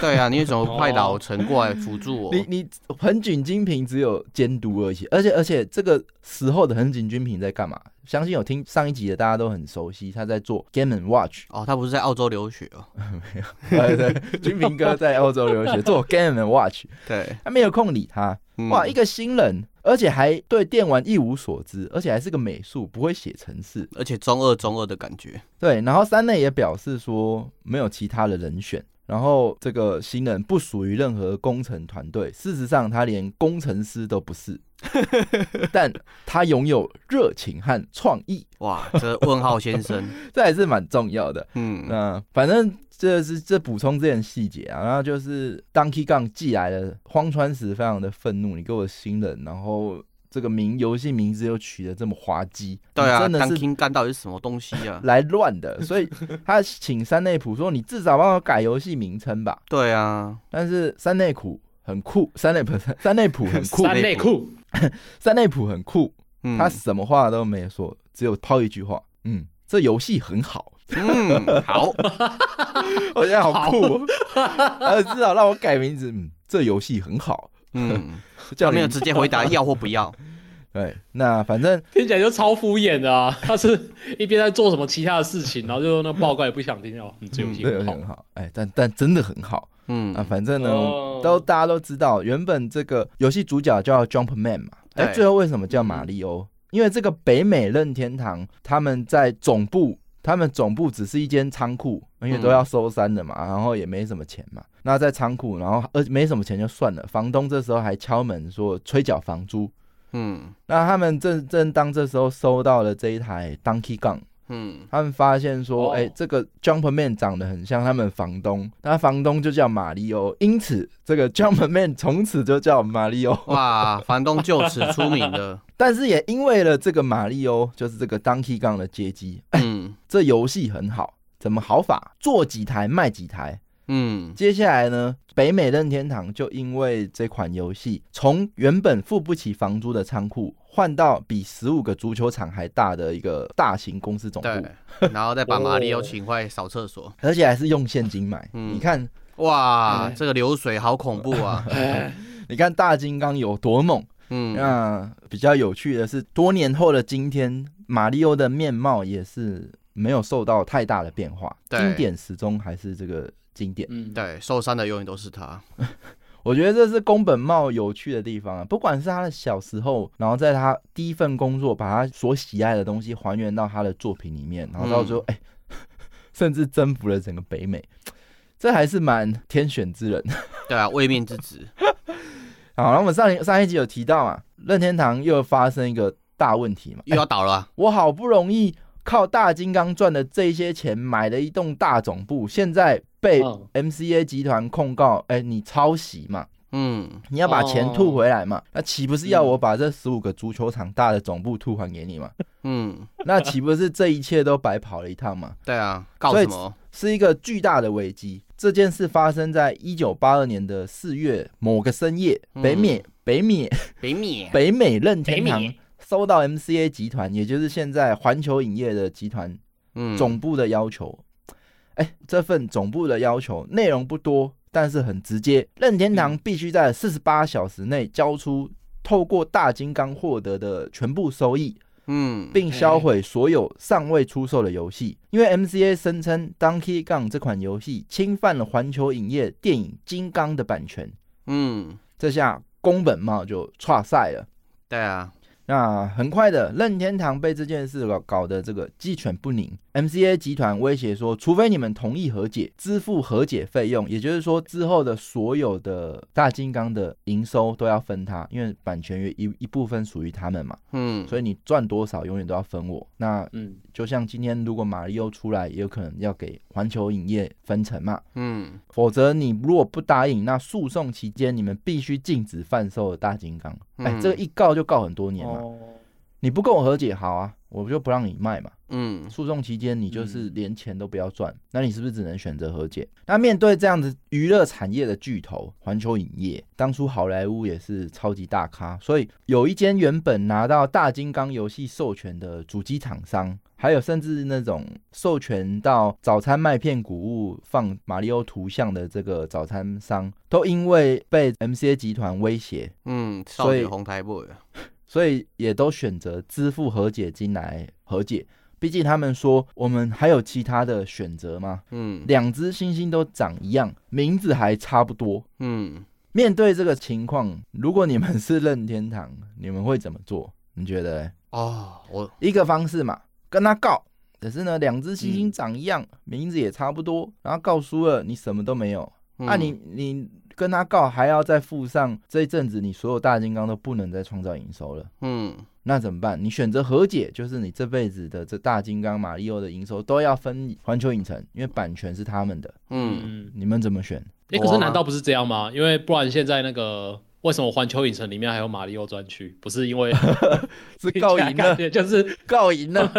Speaker 3: 对啊，你为什么派老陈过来辅助我？
Speaker 4: 你你横井精平只有监督而已，而且而且这个时候的横井军平在干嘛？相信有听上一集的大家都很熟悉，他在做 Game and Watch，
Speaker 3: 哦，他不是在澳洲留学哦？
Speaker 4: 对对， [laughs] 军平哥在欧洲留学做 Game and Watch，
Speaker 3: 对，
Speaker 4: 他没有空理他，
Speaker 3: 嗯
Speaker 4: 哇，一个新人，而且还对电玩一无所知，而且还是个美术，不会写程式。
Speaker 3: 而且中二中二的感觉，
Speaker 4: 对，然后三内也表示说没有其他的人选。然后这个新人不属于任何工程团队，事实上他连工程师都不是，但他拥有热情和创意，
Speaker 3: 哇，这问号先
Speaker 4: [laughs]
Speaker 3: 生，
Speaker 4: 这还是蛮重要的。
Speaker 3: 嗯，
Speaker 4: 那反正这是这补充这点细节啊，然后就是当 K 杠寄来了，荒川石非常的愤怒，你给我新人，然后这个名游戏名字又取得这么滑稽，
Speaker 3: 对啊，
Speaker 4: 你真的
Speaker 3: 当
Speaker 4: 是
Speaker 3: king 干到底是什么东西啊？ [laughs]
Speaker 4: 来乱的，所以他请山内普说你至少帮我改游戏名称吧，
Speaker 3: 对啊，
Speaker 4: 但是山内普。很酷，山内普山内普很
Speaker 3: [laughs]
Speaker 4: 酷，
Speaker 2: 三内裤，
Speaker 4: 山内普很酷，
Speaker 3: 嗯，
Speaker 4: 他什么话都没说，只有抛一句话，嗯，这游戏很好，
Speaker 3: 嗯，好，
Speaker 4: [laughs] 我觉得好酷、哦，呃，至少让我改名字，嗯，这游戏很好， [laughs]
Speaker 3: 嗯，
Speaker 4: 叫
Speaker 3: 他
Speaker 4: 你
Speaker 3: 没有直接回答要或不要，
Speaker 4: 对，那反正
Speaker 2: 听起来就超敷衍的啊！他是一边在做什么其他的事情，然后就那报告也不想听哦，嗯，这游戏
Speaker 4: 对
Speaker 2: 很好
Speaker 4: 很好，哎，但但真的很好 [laughs] 啊，
Speaker 3: 嗯，
Speaker 4: 反正呢，
Speaker 2: 哦
Speaker 4: 都大家都知道，原本这个游戏主角叫 Jump Man 嘛，哎，
Speaker 3: 对
Speaker 4: 最后为什么叫马里欧？因为这个北美任天堂他们在总部，他们总部只是一间仓库，因
Speaker 3: 嗯
Speaker 4: 为都要收山的嘛，然后也没什么钱嘛。那在仓库，然后呃没什么钱就算了，房东这时候还敲门说催缴房租，
Speaker 3: 嗯，
Speaker 4: 那他们正正当这时候收到了这一台 Donkey Gun，
Speaker 3: 嗯，
Speaker 4: 他们发现说，
Speaker 2: 哦
Speaker 4: 哎、这个 Jumpman 长得很像他们房东，那房东就叫马里欧，因此这个 Jumpman 从此就叫马里欧。
Speaker 3: 哇，房东就此出
Speaker 4: [laughs]
Speaker 3: 名了，
Speaker 4: 但是也因为了这个马里欧，就是这个 Donkey Kong 的街机，
Speaker 3: 嗯，
Speaker 4: 这游戏很好，怎么好法？做几台卖几台，
Speaker 3: 嗯，
Speaker 4: 接下来呢，北美任天堂就因为这款游戏，从原本付不起房租的仓库，换到比十五个足球场还大的一个大型公司总部，
Speaker 3: 对，然后再
Speaker 4: 哦
Speaker 3: 把马里奥请回来扫厕所，
Speaker 4: 而且还是用现金买。
Speaker 3: 嗯
Speaker 4: 你看，
Speaker 3: 哇，
Speaker 2: 哎
Speaker 3: 这个流水好恐怖
Speaker 4: [laughs]
Speaker 3: 啊！
Speaker 2: 哎
Speaker 4: 你看大金刚有多猛。
Speaker 3: 嗯，
Speaker 4: 那比较有趣的是，多年后的今天，马里奥的面貌也是没有受到太大的变化，
Speaker 3: 对
Speaker 4: 经典始终还是这个经典。
Speaker 2: 嗯，
Speaker 3: 对，受伤的永远都是他。
Speaker 4: 我觉得这是宫本茂有趣的地方啊，不管是他的小时候，然后在他第一份工作，把他所喜爱的东西还原到他的作品里面，然后到最后，哎、 [laughs] 甚至征服了整个北美，这还是蛮天选之人。 [laughs]
Speaker 3: 对啊，位命之子。
Speaker 4: 好，然后我们上一上一集有提到啊，任天堂又发生一个大问题嘛，哎
Speaker 3: 又要倒了啊，
Speaker 4: 我好不容易靠大金刚赚的这些钱买了一栋大总部，现在被
Speaker 2: 嗯
Speaker 4: MCA 集团控告，哎、你抄袭嘛，
Speaker 3: 嗯，
Speaker 4: 你要把钱吐回来嘛，那岂不是要
Speaker 2: 嗯
Speaker 4: 我把这十五个足球场大的总部吐还给你嘛？ [laughs]
Speaker 3: 嗯，
Speaker 4: 那岂不是这一切都白跑了一趟嘛？
Speaker 3: 对啊，告
Speaker 4: 所以
Speaker 3: 什么？
Speaker 4: 是一个巨大的危机。这件事发生在一九八二年的四月某个深夜，
Speaker 3: 嗯
Speaker 4: 北美、北美
Speaker 3: 北米
Speaker 4: 北美任
Speaker 2: 北
Speaker 4: 天堂
Speaker 2: 米，
Speaker 4: 收到 MCA 集团，也就是现在环球影业的集团
Speaker 3: 嗯，
Speaker 4: 总部的要求。哎、这份总部的要求内容不多，但是很直接。任天堂必须在四十八小时内交出透过大金刚获得的全部收益，
Speaker 3: 嗯，
Speaker 4: 并销毁所有尚未出售的游戏。因为 MCA 声称《Donkey Kong》这款游戏侵犯了环球影业电影《金刚》的版权，
Speaker 3: 嗯，
Speaker 4: 这下宫本茂就岔赛了。
Speaker 3: 对啊，
Speaker 4: 那很快的，任天堂被这件事搞搞得这个鸡犬不宁。MCA 集团威胁说，除非你们同意和解，支付和解费用，也就是说之后的所有的大金刚的营收都要分他，因为版权约一一部分属于他们嘛，
Speaker 3: 嗯，
Speaker 4: 所以你赚多少永远都要分我。那
Speaker 2: 嗯，
Speaker 4: 就像今天如果马里奥出来，也有可能要给环球影业分成嘛。
Speaker 3: 嗯，
Speaker 4: 否则你如果不答应，那诉讼期间你们必须禁止贩售大金刚。哎、
Speaker 3: 嗯
Speaker 4: 这个一告就告很多年嘛。
Speaker 2: 哦，
Speaker 4: 你不跟我和解好啊，我就不让你卖嘛。
Speaker 3: 嗯，
Speaker 4: 诉讼期间你就是连钱都不要赚，那你是不是只能选择和解？那面对这样子娱乐产业的巨头环球影业，当初好莱坞也是超级大咖，所以有一间原本拿到大金刚游戏授权的主机厂商。还有甚至那种授权到早餐麦片谷物放马里奥图像的这个早餐商，都因为被 MCA 集团威胁，
Speaker 3: 嗯，少
Speaker 4: 所以
Speaker 3: 女红台 boy，
Speaker 4: 所以也都选择支付和解金来和解。毕竟他们说我们还有其他的选择吗？
Speaker 3: 嗯，
Speaker 4: 两只猩猩都长一样，名字还差不多。
Speaker 3: 嗯，
Speaker 4: 面对这个情况，如果你们是任天堂，你们会怎么做？你觉得嘞？
Speaker 3: 哦，我，
Speaker 4: 一个方式嘛，跟他告。可是呢，两只猩猩长一样，名字也差不多，然后告输了，你什么都没有。那、
Speaker 3: 嗯
Speaker 4: 你，你跟他告，还要再附上这一阵子你所有大金刚都不能再创造营收了。
Speaker 3: 嗯，
Speaker 4: 那怎么办？你选择和解，就是你这辈子的这大金刚、马里奥的营收都要分环球影城，因为版权是他们的。
Speaker 3: 嗯，
Speaker 2: 嗯，
Speaker 4: 你们怎么选？
Speaker 2: 哎，可是
Speaker 3: 哇
Speaker 2: 难道不是这样吗？因为不然现在那个为什么环球影城里面还有马里奥专区？不是因
Speaker 4: [laughs]
Speaker 2: 为
Speaker 4: [laughs]
Speaker 2: [laughs]
Speaker 4: 是告赢
Speaker 2: 感
Speaker 4: 了，
Speaker 2: 觉就是
Speaker 4: [laughs] 告赢了。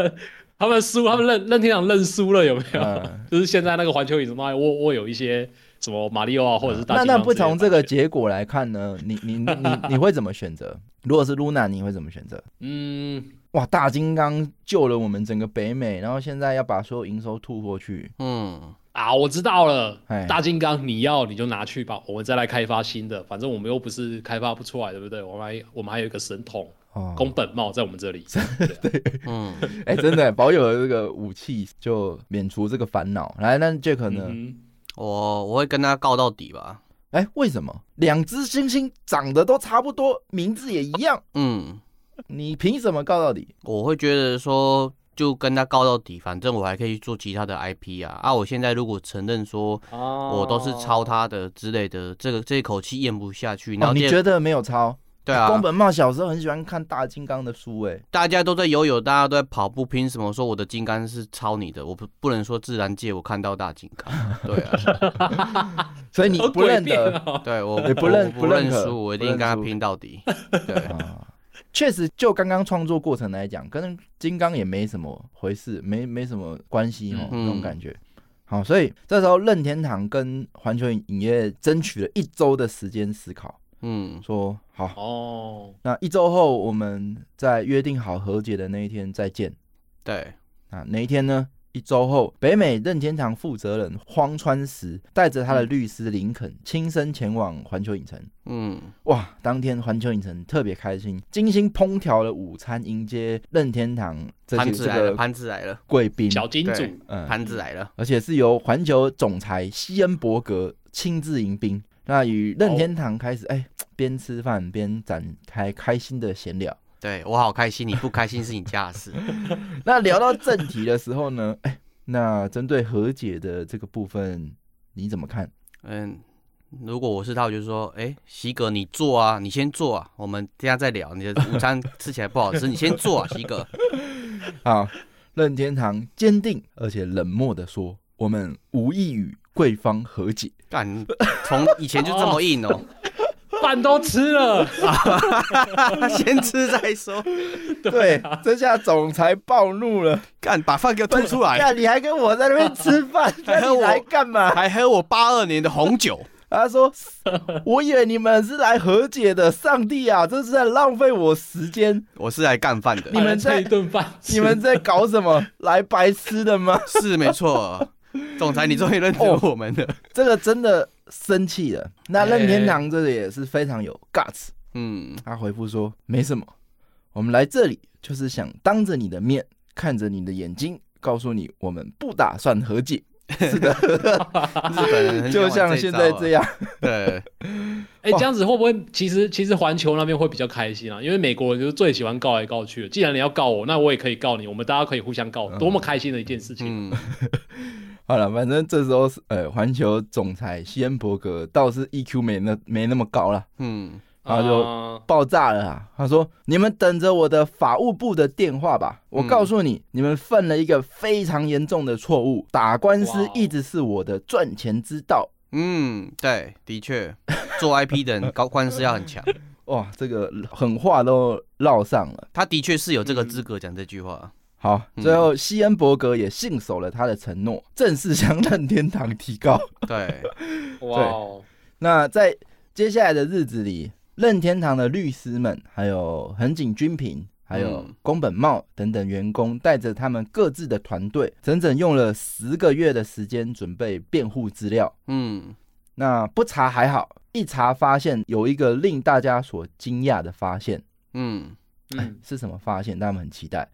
Speaker 2: 他们输，他们认任天堂认输了，有没有？
Speaker 4: [laughs] 嗯
Speaker 2: 就是现在那个环球影城那里握握有一些什么马里奥啊，或者是大
Speaker 4: 那
Speaker 2: 金刚
Speaker 4: 那不
Speaker 2: 之类的
Speaker 4: 从这个
Speaker 2: 版权
Speaker 4: 结果来看呢？你你你 [laughs] 你你会怎么选择？如果是露娜，你会怎么选择？
Speaker 2: 嗯，
Speaker 4: 哇，大金刚救了我们整个北美，然后现在要把所有营收吐过去。
Speaker 3: 嗯，
Speaker 2: 啊，我知道了
Speaker 4: 哎，
Speaker 2: 大金刚你要你就拿去吧，我们再来开发新的，反正我们又不是开发不出来，对不对？我们还我们还有一个神童
Speaker 4: 哦，
Speaker 2: 宫本茂在我们这里，
Speaker 3: 嗯，
Speaker 4: 哎、真的保有了这个武器，就免除这个烦恼。来，那 Jack 呢？
Speaker 2: 嗯
Speaker 3: 我我会跟他告到底吧。
Speaker 4: 哎、为什么两只猩猩长得都差不多，名字也一
Speaker 3: [laughs]
Speaker 4: 样，
Speaker 3: 嗯，
Speaker 4: 你凭什么告到底？
Speaker 3: 我会觉得说，就跟他告到底，反正我还可以做其他的 IP 啊。啊，我现在如果承认说
Speaker 2: 哼啊
Speaker 3: 我都是抄他的之类的，这个这一口气咽不下去，然
Speaker 4: 哦，
Speaker 3: 后
Speaker 4: 你
Speaker 3: 第二
Speaker 4: 觉得没有抄？
Speaker 3: 对啊，
Speaker 4: 宫本茂小时候很喜欢看大金刚的书、哎，
Speaker 3: 大家都在游泳，大家都在跑步，凭什么说我的金刚是抄你的？我不不能说自然界我看到大金刚，对啊，
Speaker 4: 所以你
Speaker 2: 好
Speaker 4: 不认
Speaker 2: 诡
Speaker 3: [laughs]
Speaker 2: 辩
Speaker 4: 得
Speaker 2: 哦
Speaker 3: 对我
Speaker 4: 你哎不认
Speaker 3: 我
Speaker 4: 不
Speaker 3: 不
Speaker 4: 认
Speaker 3: 认
Speaker 4: 可
Speaker 3: 输，我一
Speaker 4: 不
Speaker 3: 定
Speaker 4: 认
Speaker 3: 跟他
Speaker 4: 输
Speaker 3: 拼到底。对，
Speaker 4: 啊。确实，就刚刚创作过程来讲，跟金刚也没什么回事，没没什么关系哦，
Speaker 3: 嗯
Speaker 4: 那种感觉。好，所以这时候任天堂跟环球影业争取了一周的时间思考，
Speaker 3: 嗯，
Speaker 4: 说好，
Speaker 2: 哦，
Speaker 4: 那一周后我们在约定好和解的那一天再见。
Speaker 3: 对，
Speaker 4: 啊，哪一天呢？一周后，北美任天堂负责人荒川石带着他的律师林肯亲身前往环球影城。
Speaker 3: 嗯，
Speaker 4: 哇，当天环球影城特别开心，精心烹调了午餐迎接任天堂这
Speaker 3: 盘
Speaker 4: 些
Speaker 3: 子
Speaker 4: 这
Speaker 3: 来了，
Speaker 4: 个
Speaker 3: 盘子来了，
Speaker 4: 贵宾，
Speaker 2: 小金主
Speaker 3: 对
Speaker 4: 嗯
Speaker 3: 盘子来了，
Speaker 4: 而且是由环球总裁西恩伯格亲自迎宾。那与任天堂开始，哎、边吃饭边展开开心的闲聊。
Speaker 3: 对我好开心，你不开心是你家的事，
Speaker 4: [laughs] 那聊到正题的时候呢， [laughs] 哎、那针对和解的这个部分，你怎么看？
Speaker 3: 嗯。如果我是他，我就说，哎、席格，你做啊，你先做啊，我们等一下再聊。你的午餐吃起来不好吃，你先做啊，席格。
Speaker 4: 啊，任天堂坚定而且冷漠的说：“我们无意与贵方和解。
Speaker 3: 干，你从以前就这么硬 [laughs] 哦、
Speaker 2: 饭都吃了，
Speaker 3: 先吃再说。
Speaker 4: 对，这下总裁暴怒了。
Speaker 3: 干，把饭给我吐出来，
Speaker 4: 那你还跟我在那边吃饭，那你来干嘛？
Speaker 3: [laughs] 还喝我八二年的红酒。
Speaker 4: 他说：“我以为你们是来和解的，上帝啊，这是在浪费我时间！
Speaker 3: 我是来干饭的
Speaker 4: [laughs] 你，们
Speaker 2: 这
Speaker 4: 在
Speaker 2: 一顿饭吃，
Speaker 4: 你们在搞什么？来白吃的吗
Speaker 3: 是没错。总裁，你终于认识
Speaker 4: 哦
Speaker 3: 我们了。？”
Speaker 4: 这个真的生气了。那任天堂这个也是非常有 guts，
Speaker 3: 嗯，
Speaker 4: 他回复说：“没什么，我们来这里就是想当着你的面，看着你的眼睛，告诉你我们不打算和解，
Speaker 3: 日本人很喜欢
Speaker 4: 就
Speaker 3: 玩
Speaker 4: 像
Speaker 3: 一
Speaker 4: 现
Speaker 3: 招
Speaker 4: 在
Speaker 3: 啊
Speaker 4: 这。样。
Speaker 3: 对，
Speaker 2: 哎、这样子会不会其实其实环球那边会比较开心啊？因为美国人就是最喜欢告来告去的。既然你要告我，那我也可以告你，我们大家可以互相
Speaker 4: 嗯
Speaker 2: 告，多么开心的一件事情！
Speaker 3: 嗯，
Speaker 4: [laughs] 好了，反正这时候是呃，环球总裁西恩伯格倒是 EQ 没那没那么高了，
Speaker 3: 嗯，
Speaker 4: 然后就
Speaker 2: 啊
Speaker 4: 爆炸了啊！他说：“你们等着我的法务部的电话吧，我
Speaker 3: 嗯
Speaker 4: 告诉你，你们犯了一个非常严重的错误，打官
Speaker 2: 哇
Speaker 4: 司
Speaker 2: 哦
Speaker 4: 一直是我的赚钱之道。”
Speaker 3: 嗯，对，的确，做 IP 的人高官司要很强，
Speaker 4: 哇，这个狠话都唠上了。
Speaker 3: 他的确是有这个资格讲这句话。
Speaker 4: 好，
Speaker 3: 嗯
Speaker 4: 最后西恩伯格也信守了他的承诺，正式向任天堂提告。
Speaker 3: 对，
Speaker 2: 哇哦，
Speaker 4: 那在接下来的日子里，任天堂的律师们，还有横井军平，还有
Speaker 3: 嗯
Speaker 4: 宫本茂等等员工，带着他们各自的团队，整整用了十个月的时间准备辩护资料。
Speaker 3: 嗯，
Speaker 4: 那不查还好，一查发现有一个令大家所惊讶的发现，
Speaker 3: 嗯，
Speaker 2: 嗯，
Speaker 4: 是什么发现？他们很期待，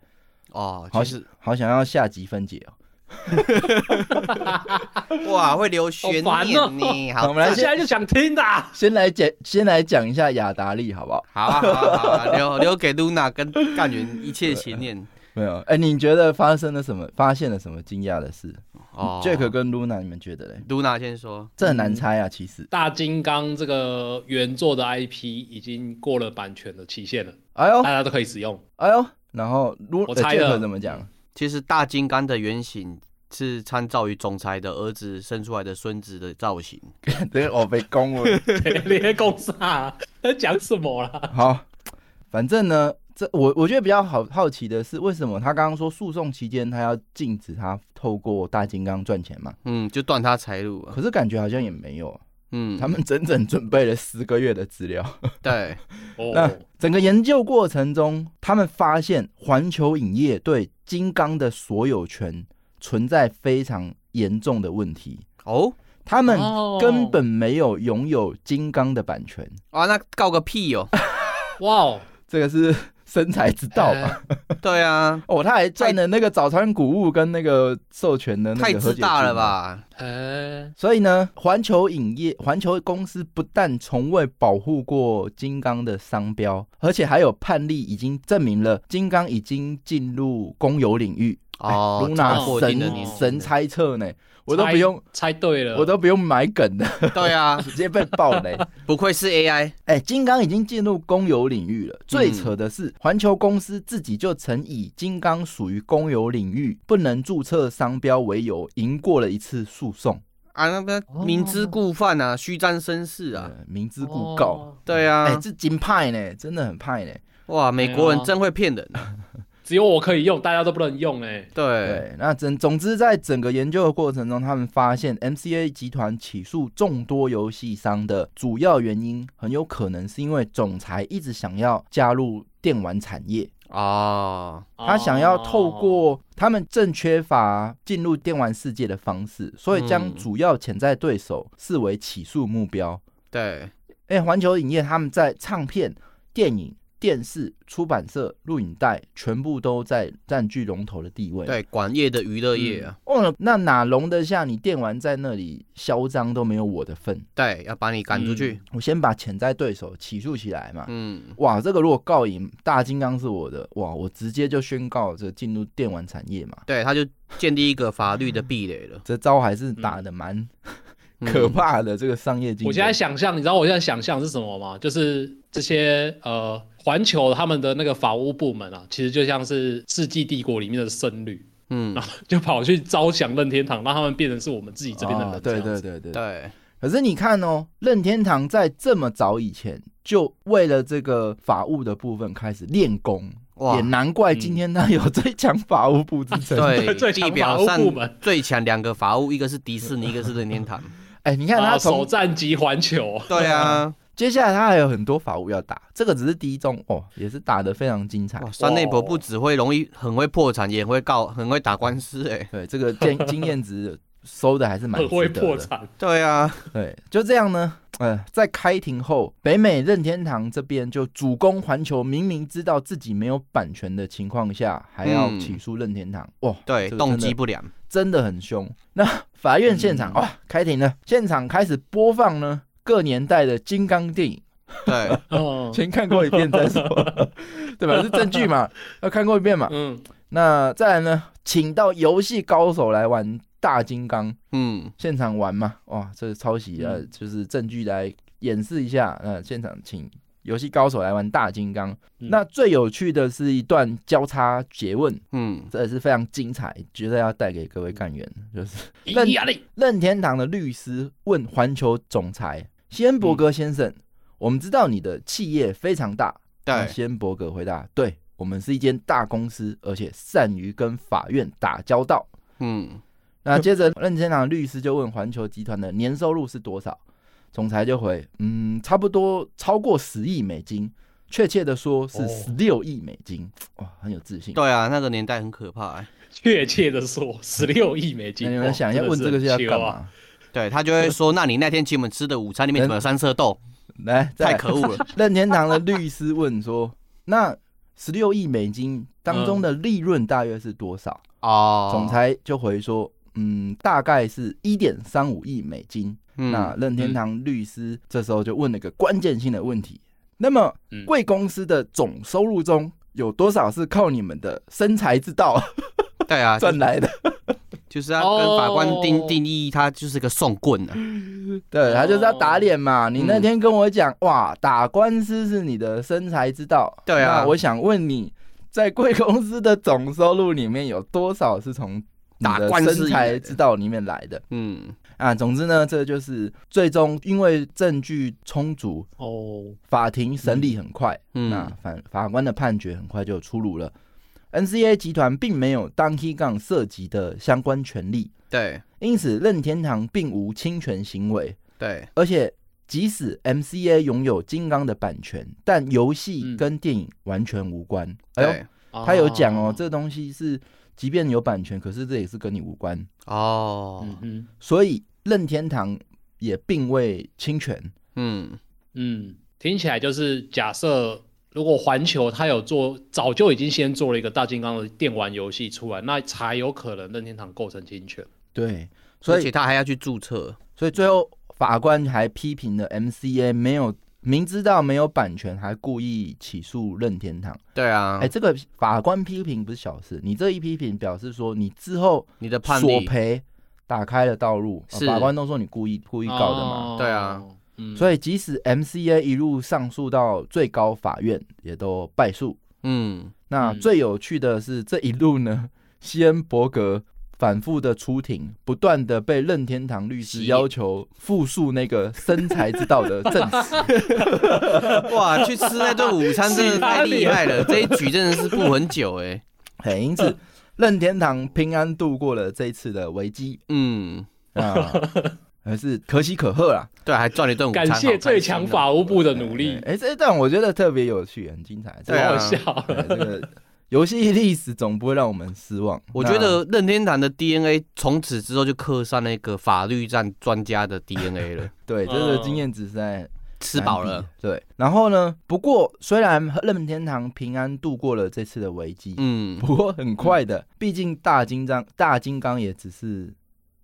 Speaker 3: 哦，
Speaker 4: 好
Speaker 3: 就是
Speaker 4: 好想要下集分解哦。
Speaker 3: 哇，会留悬
Speaker 2: 好烦哦
Speaker 3: 念呢。
Speaker 4: 好
Speaker 3: 好，
Speaker 4: 我们来
Speaker 2: 我现在就想听的啊、
Speaker 4: 先来讲，先来讲一下雅达利，好不好？
Speaker 3: 好啊，好啊，好啊，留留给露娜跟干云一切悬念。
Speaker 4: 没有，哎、你觉得发生了什么？发现了什么惊讶的事、
Speaker 3: 哦嗯
Speaker 4: j a c k 跟 Luna，你们觉得嘞？
Speaker 3: 露娜先说，
Speaker 4: 这很难猜啊，其实。
Speaker 2: 大金刚这个原作的 IP 已经过了版权的期限了，
Speaker 4: 哎呦
Speaker 2: 大，家都可以使用。 [laughs]
Speaker 4: 哎呦，然后 Luna
Speaker 2: 我猜的
Speaker 4: Jack 怎么讲？
Speaker 3: 其实大金刚的原型是参照于总裁的儿子生出来的孙子的造型。
Speaker 4: 对，我被攻了。
Speaker 2: 对你在公司啊，在讲什么啦？
Speaker 4: 好，反正呢，这我我觉得比较好好奇的是，为什么他刚刚说诉讼期间他要禁止他透过大金刚赚钱嘛？
Speaker 3: 嗯，就断他财路啊。
Speaker 4: 可是感觉好像也没有，
Speaker 3: 嗯，
Speaker 4: 他们整整准备了十个月的资料。
Speaker 3: 对，
Speaker 2: 哦，
Speaker 4: 那整个研究过程中，他们发现环球影业对金刚的所有权存在非常严重的问题，
Speaker 3: 哦
Speaker 4: 他们
Speaker 2: 哦
Speaker 4: 根本没有拥有金刚的版权，
Speaker 3: 啊，那告个屁
Speaker 4: [laughs]
Speaker 3: 哦。
Speaker 2: 哇哦，
Speaker 4: 这个是生财之道吧？
Speaker 3: 对啊，
Speaker 4: 哦，他还赚了那个早餐谷物跟那个授权的那
Speaker 3: 太
Speaker 4: 个
Speaker 3: 自
Speaker 4: 和解
Speaker 3: 大
Speaker 4: 金
Speaker 3: 了？吧？
Speaker 2: 哎、哎
Speaker 4: 所以呢，环球影业、环球公司不但从未保护过金刚的商标，而且还有判例已经证明了金刚已经进入公有领域。
Speaker 3: 哦，
Speaker 4: 哎露
Speaker 3: 超
Speaker 4: 娜
Speaker 3: 过一定的
Speaker 4: 神
Speaker 3: 年龄
Speaker 4: 神猜测呢，我都不用，
Speaker 2: 猜对了，
Speaker 4: 我都不用买梗的，
Speaker 3: 对啊，
Speaker 4: 直接被爆
Speaker 3: [laughs]
Speaker 4: 雷。
Speaker 3: 不愧是 AI。
Speaker 4: 哎，金刚已经进入公有领域
Speaker 3: 嗯
Speaker 4: 了。最扯的是，环球公司自己就曾以金刚属于公有领域，不能注册商标为由，赢过了一次诉讼，
Speaker 3: 啊，那不明知故犯啊，虚张声势啊，
Speaker 4: 呃明知故告。
Speaker 2: 哦
Speaker 3: 对
Speaker 4: 哎，
Speaker 3: 啊，
Speaker 4: 这金派呢，真的很派呢。
Speaker 3: 哇，美国人真会骗人啊，
Speaker 2: 只有我可以用，大家都不能用哎、
Speaker 3: 对，
Speaker 4: 对，那整总之，在整个研究的过程中，他们发现 MCA 集团起诉众多游戏商的主要原因，很有可能是因为总裁一直想要加入电玩产业，
Speaker 3: 啊，
Speaker 4: 他想要透
Speaker 2: 哦
Speaker 4: 过他们正缺乏进入电玩世界的方式，所以将
Speaker 3: 嗯
Speaker 4: 主要潜在对手视为起诉目标。
Speaker 3: 对，
Speaker 4: 哎、环球影业他们在唱片、电影、电视、出版社、录影带全部都在占据龙头的地位。
Speaker 3: 对，管业的娱乐业啊，
Speaker 4: 哦，那哪容得下你电玩在那里嚣张都没有我的份？
Speaker 3: 对，要把你赶出去。
Speaker 4: 我先把潜在对手起诉起来嘛。
Speaker 3: 嗯，
Speaker 4: 哇，这个如果告赢大金刚是我的，哇，我直接就宣告这进入电玩产业嘛。
Speaker 3: 对，他就建立一个法律的壁垒了。
Speaker 4: 这招还是打的 [laughs] 蛮
Speaker 3: 嗯
Speaker 4: 可怕的，这个商业竞争。
Speaker 2: 我现在想象，你知道我现在想象是什么吗？就是这些呃，环球他们的那个法务部门啊，其实就像是《世纪帝国》里面的僧侣，
Speaker 3: 嗯，
Speaker 2: 就跑去招降任天堂，让他们变成是我们自己这边的人、
Speaker 4: 哦对对，对对。
Speaker 3: 对，
Speaker 4: 可是你看哦，任天堂在这么早以前就为了这个法务的部分开始练功，
Speaker 3: 哇
Speaker 4: 哦也，难怪今天他有最强法务部之称。
Speaker 3: 对，
Speaker 2: [laughs] 最强
Speaker 3: 地表
Speaker 2: 法务
Speaker 3: 上
Speaker 2: 部门
Speaker 3: 最强两个法务，一个是迪士尼，一个是任
Speaker 4: [laughs]
Speaker 3: 天堂。
Speaker 4: 哎、你看
Speaker 2: 啊
Speaker 4: 他从
Speaker 2: 首战即环球，
Speaker 3: 对啊，
Speaker 4: 接下来他还有很多法务要打，这个只是第一宗哦，也是打得非常精彩。
Speaker 3: 哇，山内博不只会容易很会破产，也很会告，很会打官司哎。
Speaker 4: 对，这个经经验值收的还是蛮
Speaker 2: 很
Speaker 4: 值
Speaker 2: 会
Speaker 4: 得
Speaker 2: 破
Speaker 4: 的。
Speaker 2: 产，
Speaker 3: 对啊，
Speaker 4: 对，就这样呢。呃，在开庭后，北美任天堂这边就主攻环球，明明知道自己没有版权的情况下，还要
Speaker 3: 嗯
Speaker 4: 起诉任天堂。哇，
Speaker 3: 对，
Speaker 4: 这个
Speaker 3: 动
Speaker 4: 真的
Speaker 3: 机不良。
Speaker 4: 真的很凶。那法院现场哇、开庭了，现场开始播放呢各年代的金刚电影。 [laughs]
Speaker 3: 对，哦
Speaker 2: 嗯
Speaker 4: 先看过一遍再说，对吧？是证据嘛，要看过一遍嘛。
Speaker 2: 嗯，
Speaker 4: 那再来呢，请到游戏高手来玩大金刚，
Speaker 3: 嗯，
Speaker 4: 现场玩嘛，哇，这是抄袭呃，
Speaker 2: 嗯
Speaker 4: 就是证据来演示一下。呃，现场请游戏高手来玩大金刚。
Speaker 2: 嗯
Speaker 4: 那最有趣的是一段交叉诘问，
Speaker 3: 嗯，
Speaker 4: 这也是非常精彩，绝对要带给各位干员。
Speaker 2: 嗯
Speaker 4: 就是
Speaker 2: 咦呀嘞，
Speaker 4: 任天堂的律师问环球总裁希恩伯格先生，我们知道你的企业非常大，那
Speaker 3: 对，
Speaker 4: 希恩伯格回答：“对我们是一间大公司，而且善于跟法院打交道。
Speaker 3: 嗯，”
Speaker 4: 那接着，任天堂律师就问环球集团的年收入是多少，总裁就回：“嗯，差不多超过十亿美金，确切的说是
Speaker 2: 哦
Speaker 4: 十六亿美金。哇，很有自信。
Speaker 3: 对啊，那个年代很可怕哎。
Speaker 2: 确切的说，十六亿美
Speaker 4: 那
Speaker 2: 金，
Speaker 4: 你
Speaker 2: 哇
Speaker 3: 哦
Speaker 4: 们想一下，问这个是要干？嘛？
Speaker 3: 对他就会说，那你那天请我们吃的午餐
Speaker 4: 嗯
Speaker 3: 里面怎么有三色豆？
Speaker 4: 来，再
Speaker 3: 太
Speaker 4: 来
Speaker 3: 可恶了。
Speaker 4: [laughs] 任天堂的律师问说：“那十六亿美金当中的利润大约是多少？”
Speaker 3: 嗯哦，
Speaker 4: 总，裁就回说：“嗯，大概是一点三五亿美金。那
Speaker 3: 嗯，
Speaker 4: 任天堂律师这时候就问了个关键性的问题：那么
Speaker 2: 嗯
Speaker 4: 贵公司的总收入中有多少是靠你们的生财之道
Speaker 3: 对
Speaker 4: [laughs]
Speaker 3: 啊，
Speaker 4: 赚来的？
Speaker 3: 就是要跟法官定
Speaker 2: 哦
Speaker 3: 定义他就是个送棍啊。
Speaker 4: 对他就是要打脸嘛！你那
Speaker 3: 嗯
Speaker 4: 天跟我讲，哇，打官司是你的生财之道。
Speaker 3: 对啊
Speaker 4: 那我想问你，在贵公司的总收入里面有多少是从你
Speaker 3: 打
Speaker 4: 的
Speaker 3: 官司
Speaker 4: 生
Speaker 3: 以来
Speaker 4: 财
Speaker 3: 的
Speaker 4: 之道里面来的？
Speaker 3: 嗯，
Speaker 4: 啊，总之呢，这就是最终因为证据充足，
Speaker 2: 确哦，
Speaker 4: 法庭审理很快，
Speaker 3: 嗯
Speaker 4: 那反法官的判决很快就出炉了。NCA 集团并没有当 K 杠涉及的相关权利，
Speaker 3: 对
Speaker 4: 因此任天堂并无侵权行为，
Speaker 3: 对，
Speaker 4: 而且。即使 MCA 拥有金刚的版权，但游戏
Speaker 2: 嗯
Speaker 4: 跟电影完全无关。哎呦，
Speaker 3: 对，
Speaker 4: 他有讲
Speaker 2: 啊
Speaker 4: 哦，这东西是即便有版权，可是这也是跟你无关。
Speaker 3: 哦，
Speaker 2: 嗯嗯
Speaker 4: 所以任天堂也并未侵权。
Speaker 3: 嗯，
Speaker 2: 嗯，听起来就是假设，如果环球它有做，早就已经先做了一个大金刚的电玩游戏出来，那才有可能任天堂构成侵权。
Speaker 4: 对，所
Speaker 3: 而且
Speaker 4: 以
Speaker 3: 他还要去注册。
Speaker 4: 所以最后法官还批评了 MCA 没有明知道没有版权，还故意起诉任天堂。
Speaker 3: 对啊
Speaker 4: 哎、，这个法官批评不是小事，你这一批评表示说你之后
Speaker 3: 你的判
Speaker 4: 索
Speaker 3: 例，
Speaker 4: 赔打开了道路，呃
Speaker 3: 是
Speaker 4: 法官都说你故意故意告的嘛。
Speaker 2: 哦
Speaker 3: 对啊，
Speaker 2: 嗯，以
Speaker 4: 所以，即使 MCA 一路上诉到最高法院，也都败诉。
Speaker 3: [laughs] 嗯，
Speaker 4: 那
Speaker 2: 嗯
Speaker 4: 最有趣的是，这一路呢，西恩伯格反复的出庭，不断的被任天堂律师
Speaker 3: 洗
Speaker 4: 要求复述那个生财之道的证
Speaker 3: [laughs]
Speaker 4: 词。
Speaker 3: 啊 [laughs] 哇，去吃那顿午餐真的太厉害了，这一局真的是不很久哎。
Speaker 4: 嘿，因此任天堂平安度过了这一次的危机
Speaker 3: 嗯， [laughs]
Speaker 4: 啊，还是可喜可贺啦。
Speaker 3: 对，还赚了一顿午餐，
Speaker 2: 感
Speaker 3: 好
Speaker 2: 谢
Speaker 3: 开
Speaker 2: 最
Speaker 3: 心
Speaker 2: 强
Speaker 3: 哦
Speaker 2: 法务部的努力，
Speaker 4: 哎、这一段我觉得特别有趣，很精彩。这
Speaker 2: 好
Speaker 3: 对
Speaker 2: 好
Speaker 3: 啊
Speaker 2: 笑
Speaker 4: 个 [laughs] 哎这个游戏历史总不会让我们失望。
Speaker 3: 我觉得任天堂的 DNA 从此之后就刻上那个法律战专家的 DNA [laughs] 了，
Speaker 4: 那对这个
Speaker 3: 嗯
Speaker 4: 经验值实在
Speaker 3: 吃饱了。。
Speaker 4: 对，然后呢？不过虽然任天堂平安度过了这次的危机，
Speaker 3: 嗯，
Speaker 4: 不过很快的，毕竟大金刚大金刚也只是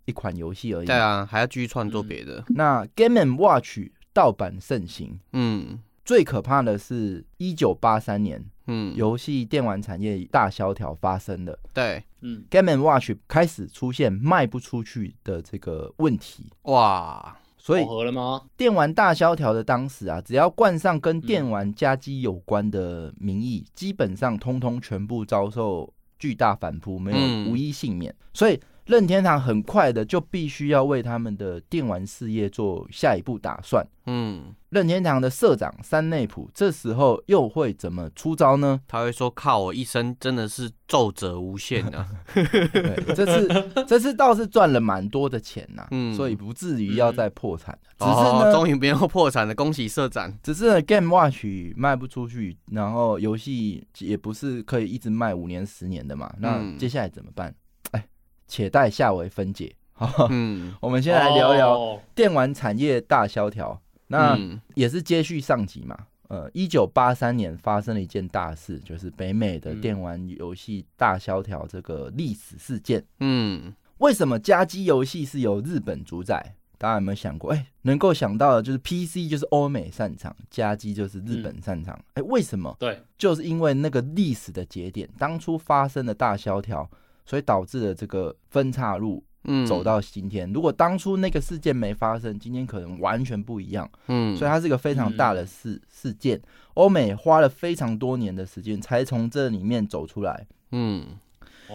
Speaker 4: 一款游戏而已。
Speaker 3: 对啊，还要继续创作别的。
Speaker 4: 那 Game and Watch 盗版盛行，
Speaker 3: 嗯
Speaker 4: 最可怕的是，一九八三年
Speaker 3: 嗯，
Speaker 4: 游戏电玩产业大萧条发生了
Speaker 3: 对，
Speaker 2: 嗯，
Speaker 4: ，Game and Watch 开始出现卖不出去的这个问题，
Speaker 3: 哇，
Speaker 4: 所以
Speaker 2: 饱和了吗？
Speaker 4: 电玩大萧条的当时啊，只要冠上跟
Speaker 3: 嗯
Speaker 4: 电玩家机有关的名义，基本上通通全部遭受巨大反扑，没
Speaker 3: 嗯
Speaker 4: 有无一幸免。所以任天堂很快的就必须要为他们的电玩事业做下一步打算。
Speaker 3: 嗯，
Speaker 4: 任天堂的社长山内普这时候又会怎么出招呢？
Speaker 3: 他会说靠，我一生真的是奏折无限啊。 [laughs]
Speaker 4: 对，这次这次倒是赚了蛮多的钱呐、
Speaker 3: 嗯
Speaker 4: 所以不至于要再破产。只是
Speaker 3: 哦，
Speaker 4: 呢，
Speaker 3: 终于没有破产了，恭喜
Speaker 4: [laughs]
Speaker 3: 社长。
Speaker 4: 只是 Game Watch 卖不出去，然后游戏也不是可以一直卖五年、十年的嘛。那
Speaker 2: 嗯
Speaker 4: 接下来怎么办？哎，且待下回分解。好，
Speaker 3: 嗯，
Speaker 4: 我们先来聊聊
Speaker 2: 哦
Speaker 4: 电玩产业大萧条。那
Speaker 3: 嗯
Speaker 4: 也是接续上集嘛。呃，一九八三年发生了一件大事，就是北美的
Speaker 2: 嗯
Speaker 4: 电玩游戏大萧条这个历史事件。
Speaker 3: 嗯，
Speaker 4: 为什么家机游戏是由日本主宰？大家有没有想过？哎、能够想到的就是 PC 就是欧美擅长，家机就是日本擅
Speaker 3: 嗯
Speaker 4: 长。哎、为什么？
Speaker 2: 对，
Speaker 4: 就是因为那个历史的节点，当初发生的大萧条，所以导致了这个分岔路
Speaker 3: 嗯，
Speaker 4: 走到今天。如果当初那个事件没发生，今天可能完全不一样。
Speaker 3: 嗯，
Speaker 4: 所以它是一个非常大的事、事件。欧美花了非常多年的时间才从这里面走出来。
Speaker 3: 嗯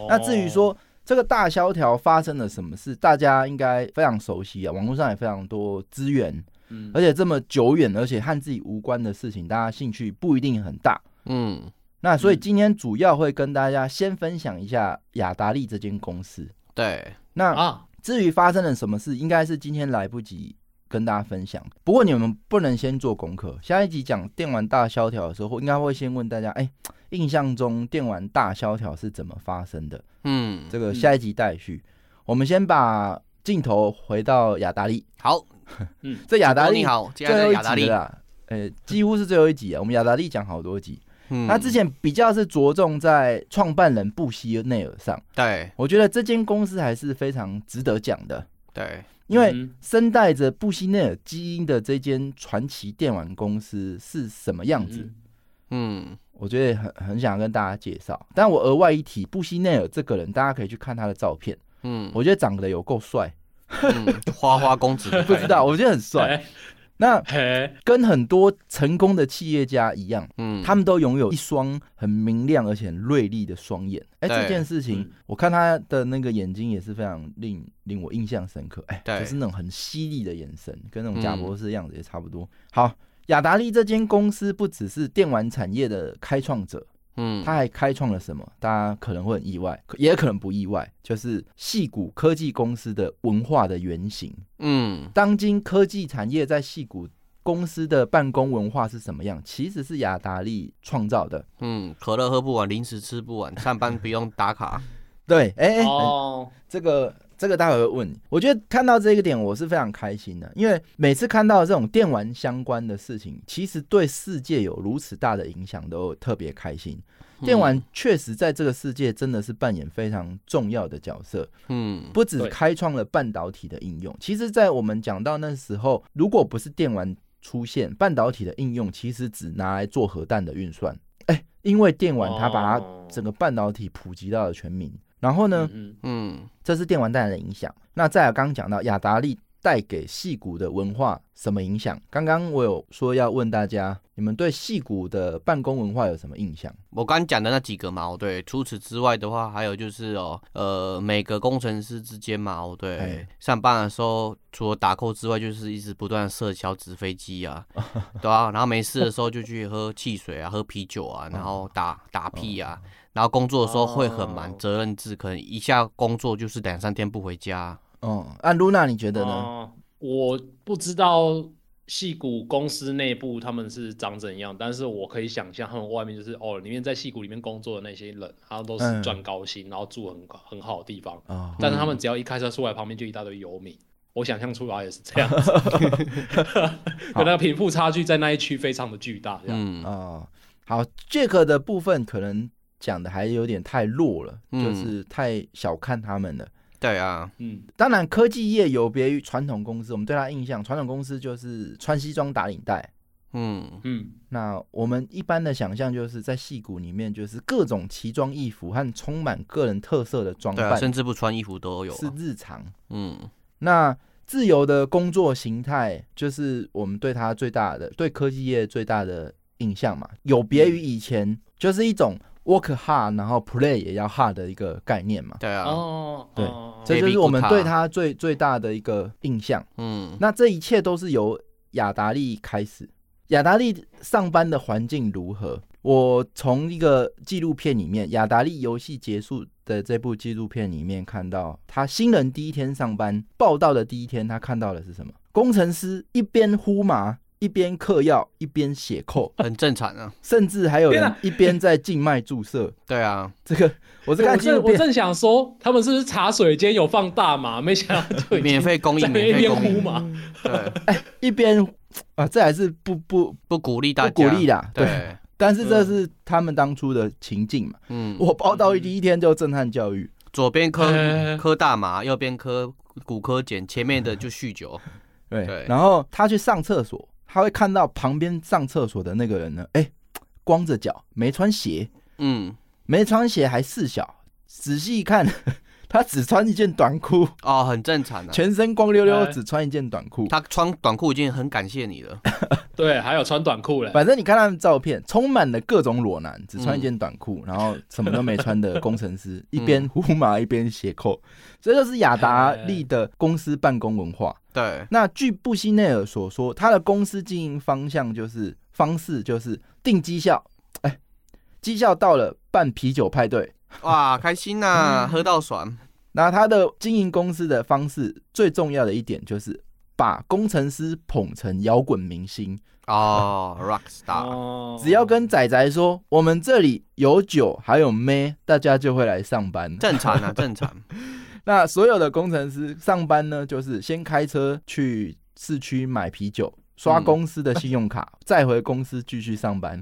Speaker 4: 那至于
Speaker 2: 哦
Speaker 4: 说这个大萧条发生了什么事，大家应该非常熟悉啊，网络上也非常多资源，
Speaker 2: 嗯
Speaker 4: 而且这么久远，而且和自己无关的事情，大家兴趣不一定很大。
Speaker 3: 嗯，
Speaker 4: 那所以
Speaker 2: 嗯
Speaker 4: 今天主要会跟大家先分享一下雅达利这间公司。
Speaker 3: 对，
Speaker 4: 那
Speaker 2: 啊，
Speaker 4: 至于发生了什么事，应该是今天来不及跟大家分享。不过你们不能先做功课，下一集讲电玩大萧条的时候，应该会先问大家：哎、印象中电玩大萧条是怎么发生的？
Speaker 3: 嗯，
Speaker 4: 这个下一集待续。我们先把镜头回到雅达利，
Speaker 3: 好，
Speaker 2: 嗯
Speaker 4: 这雅达
Speaker 3: 哦
Speaker 4: 利
Speaker 3: 你好，接下
Speaker 4: 最
Speaker 3: 来
Speaker 4: 后
Speaker 3: 是
Speaker 4: 一
Speaker 3: 雅达
Speaker 4: 集
Speaker 3: 利
Speaker 4: 了。啦，呃，几乎是最后一集啊。我们雅达利讲好多集，
Speaker 3: 嗯
Speaker 4: 那之前比较是着重在创办人布希内尔上，
Speaker 3: 对
Speaker 4: 我觉得这间公司还是非常值得讲的，
Speaker 3: 对，
Speaker 4: 因为
Speaker 2: 嗯
Speaker 4: 身带着布希内尔基因的这间传奇电玩公司是什么样子？
Speaker 2: 嗯
Speaker 3: 嗯
Speaker 4: 我觉得很很想跟大家介绍，但我额外一提，布希内尔这个人，大家可以去看他的照片，
Speaker 3: 嗯，
Speaker 4: 我觉得长得有够帅，
Speaker 3: 嗯，花花
Speaker 4: [laughs]
Speaker 3: 公子
Speaker 4: 不知道，，我觉得很
Speaker 3: 哎
Speaker 4: 帅。
Speaker 2: 嘿
Speaker 4: 那
Speaker 2: 嘿，
Speaker 4: 跟很多成功的企业家一样，
Speaker 3: 嗯，
Speaker 4: 他们都拥有一双很明亮而且很锐利的双眼。哎，
Speaker 3: 对
Speaker 4: 这件事情
Speaker 2: 嗯，
Speaker 4: 我看他的那个眼睛也是非常令令我印象深刻。哎，
Speaker 3: 对
Speaker 4: 就是那种很犀利的眼神，跟那种贾博士的样子也差不
Speaker 3: 嗯
Speaker 4: 多。好，雅达利这间公司不只是电玩产业的开创者，
Speaker 3: 嗯，
Speaker 4: 他还开创了什么？大家可能会很意外，可也可能不意外，就是戏谷科技公司的文化的原型。
Speaker 3: 嗯
Speaker 4: 当今科技产业在戏谷公司的办公文化是什么样？其实是雅达利创造的。
Speaker 3: 嗯，可乐喝不完，零食吃不完，上班不用打卡，
Speaker 4: 对，哎、哎、
Speaker 2: 哦，
Speaker 4: 这个这个待会会问你。我觉得看到这个点，我是非常开心的，因为每次看到这种电玩相关的事情，其实对世界有如此大的影响，都特别开心。电玩确实在这个世界真的是扮演非常重要的角色，
Speaker 3: 嗯，
Speaker 4: 不止
Speaker 2: 对
Speaker 4: 开创了半导体的应用，其实，在我们讲到那时候，如果不是电玩出现，半导体的应用其实只拿来做核弹的运算。哎，因为电玩它把它
Speaker 2: 哦
Speaker 4: 整个半导体普及到了全民。然后呢，
Speaker 2: 嗯
Speaker 3: 嗯
Speaker 4: 这是电玩带来的影响。那再来，刚刚讲到雅达利带给戏骨的文化什么影响？刚刚我有说要问大家，你们对戏骨的办公文化有什么印象？
Speaker 3: 我刚讲的那几个嘛，哦对，除此之外的话，还有就是哦，呃，每个工程师之间嘛，哦对
Speaker 4: 哎，
Speaker 3: 上班的时候除了打扣之外，就是一直不断地射小纸飞机啊，对啊，然后没事的时候就去喝汽水啊，喝啤酒啊，然后打打屁啊，然后工作的时候会很忙，
Speaker 2: 哦
Speaker 3: 责任制，可能一下工作就是两三天不回家。
Speaker 4: 哦，按露娜你觉得呢？
Speaker 2: 哦，我不知道戏骨公司内部他们是长怎样，但是我可以想象他们外面就是哦，里面在戏骨里面工作的那些人，他们都是
Speaker 4: 嗯
Speaker 2: 赚高薪，然后住很高很好的地方，
Speaker 4: 哦，
Speaker 2: 但是他们只要一开车出来，旁边就一大堆游民。我想象出来也是这样子，可能贫富差距在那一区非常的巨大，这样。
Speaker 3: 嗯，
Speaker 4: 哦，好，Jack 的部分可能讲的还有点太弱了，
Speaker 3: 嗯
Speaker 4: 就是太小看他们了。
Speaker 3: 对啊，
Speaker 2: 嗯，
Speaker 4: 当然，科技业有别于传统公司，我们对它印象，传统公司就是穿西装打领带。
Speaker 3: 嗯
Speaker 2: 嗯，
Speaker 4: 那我们一般的想象就是在戏骨里面，就是各种奇装异服和充满个人特色的装
Speaker 3: 对
Speaker 4: 扮、
Speaker 3: 啊，甚至不穿衣服都有啊、
Speaker 4: 是日常。
Speaker 3: 嗯
Speaker 4: 那自由的工作形态，就是我们对它最大的、对科技业最大的印象嘛，有别于以前，就是一种 work hard，然后 play 也要 hard 的一个概念嘛。
Speaker 3: 对啊，
Speaker 2: 哦，
Speaker 4: 对
Speaker 2: 哦
Speaker 4: 这
Speaker 3: David
Speaker 4: 就是我们
Speaker 3: Guetta
Speaker 4: 对它最最大的一个印象。
Speaker 3: 嗯
Speaker 4: 那这一切都是由雅达利开始。雅达利上班的环境如何？我从一个纪录片里面，雅达利游戏结束的这部纪录片里面看到，他新人第一天上班报道的第一天，他看到的是什么？工程师一边呼麻，一边嗑药，一边写扣，
Speaker 3: 很正常啊，
Speaker 4: 甚至还有
Speaker 2: 天
Speaker 4: 人
Speaker 2: 啊
Speaker 4: 一边在静脉注射。
Speaker 3: 对啊，
Speaker 4: 这个我是
Speaker 2: [laughs] 我
Speaker 4: 看纪录
Speaker 2: 正我
Speaker 4: 片，
Speaker 2: 正想说，他们是不是茶水间有放大麻？没想到就已经
Speaker 3: 免费供
Speaker 2: 在
Speaker 3: 应，
Speaker 2: 那
Speaker 3: 免费
Speaker 2: 边
Speaker 3: 供
Speaker 2: 呼
Speaker 3: 应，
Speaker 2: 嘛。
Speaker 3: 对，
Speaker 4: 一边啊，这还是不不
Speaker 3: 不鼓励大
Speaker 4: 不
Speaker 3: 家，
Speaker 4: 鼓励啦，对。
Speaker 3: 对，
Speaker 4: 但是
Speaker 2: 嗯
Speaker 4: 这是他们当初的情境嘛。
Speaker 3: 嗯，
Speaker 4: 我报道第一天就震撼教育，
Speaker 3: 左边
Speaker 2: 呃
Speaker 3: 磕磕大麻，右边磕骨科碱，前面的就酗酒，
Speaker 4: 对。
Speaker 3: 嗯对
Speaker 4: 然后他去上厕所，他会看到旁边上厕所的那个人呢，哎，光着脚，没穿鞋，
Speaker 3: 嗯，
Speaker 4: 没穿鞋还四小，仔细一看， [laughs] 他只穿一件短
Speaker 3: [laughs]
Speaker 4: 裤，
Speaker 3: 哦，很正常啊。
Speaker 4: 全身光溜溜，
Speaker 2: 哎
Speaker 4: 只穿一件短裤。
Speaker 3: 他穿短裤已经很感谢你了，
Speaker 2: 对，还有穿短裤嘞。
Speaker 4: 反正你看他们照片，充满了各种裸男，只穿一件短
Speaker 3: 嗯
Speaker 4: 裤，然后什么都没穿的工程
Speaker 3: [laughs]
Speaker 4: 师，一边呼麻一边斜扣，这就是雅
Speaker 3: 哎
Speaker 4: 达利的公司办公文化。
Speaker 3: 对，
Speaker 4: 那据布希内尔所说，他的公司经营方向就是方式就是定绩效，哎，绩效到了办啤酒派对。
Speaker 3: 哇，开心呐、喝到爽，
Speaker 4: 那他的经营公司的方式最重要的一点就是把工程师捧成摇滚明星，
Speaker 3: 哦，rock star，
Speaker 2: 哦
Speaker 4: 只要跟仔仔说我们这里有酒还有妹，大家就会来上班。
Speaker 3: 正常啊，正常，
Speaker 4: 那所有的工程师上班呢，就是先开车去市区买啤酒。刷
Speaker 3: 嗯
Speaker 4: 公司的信用卡，再回公司继续上班。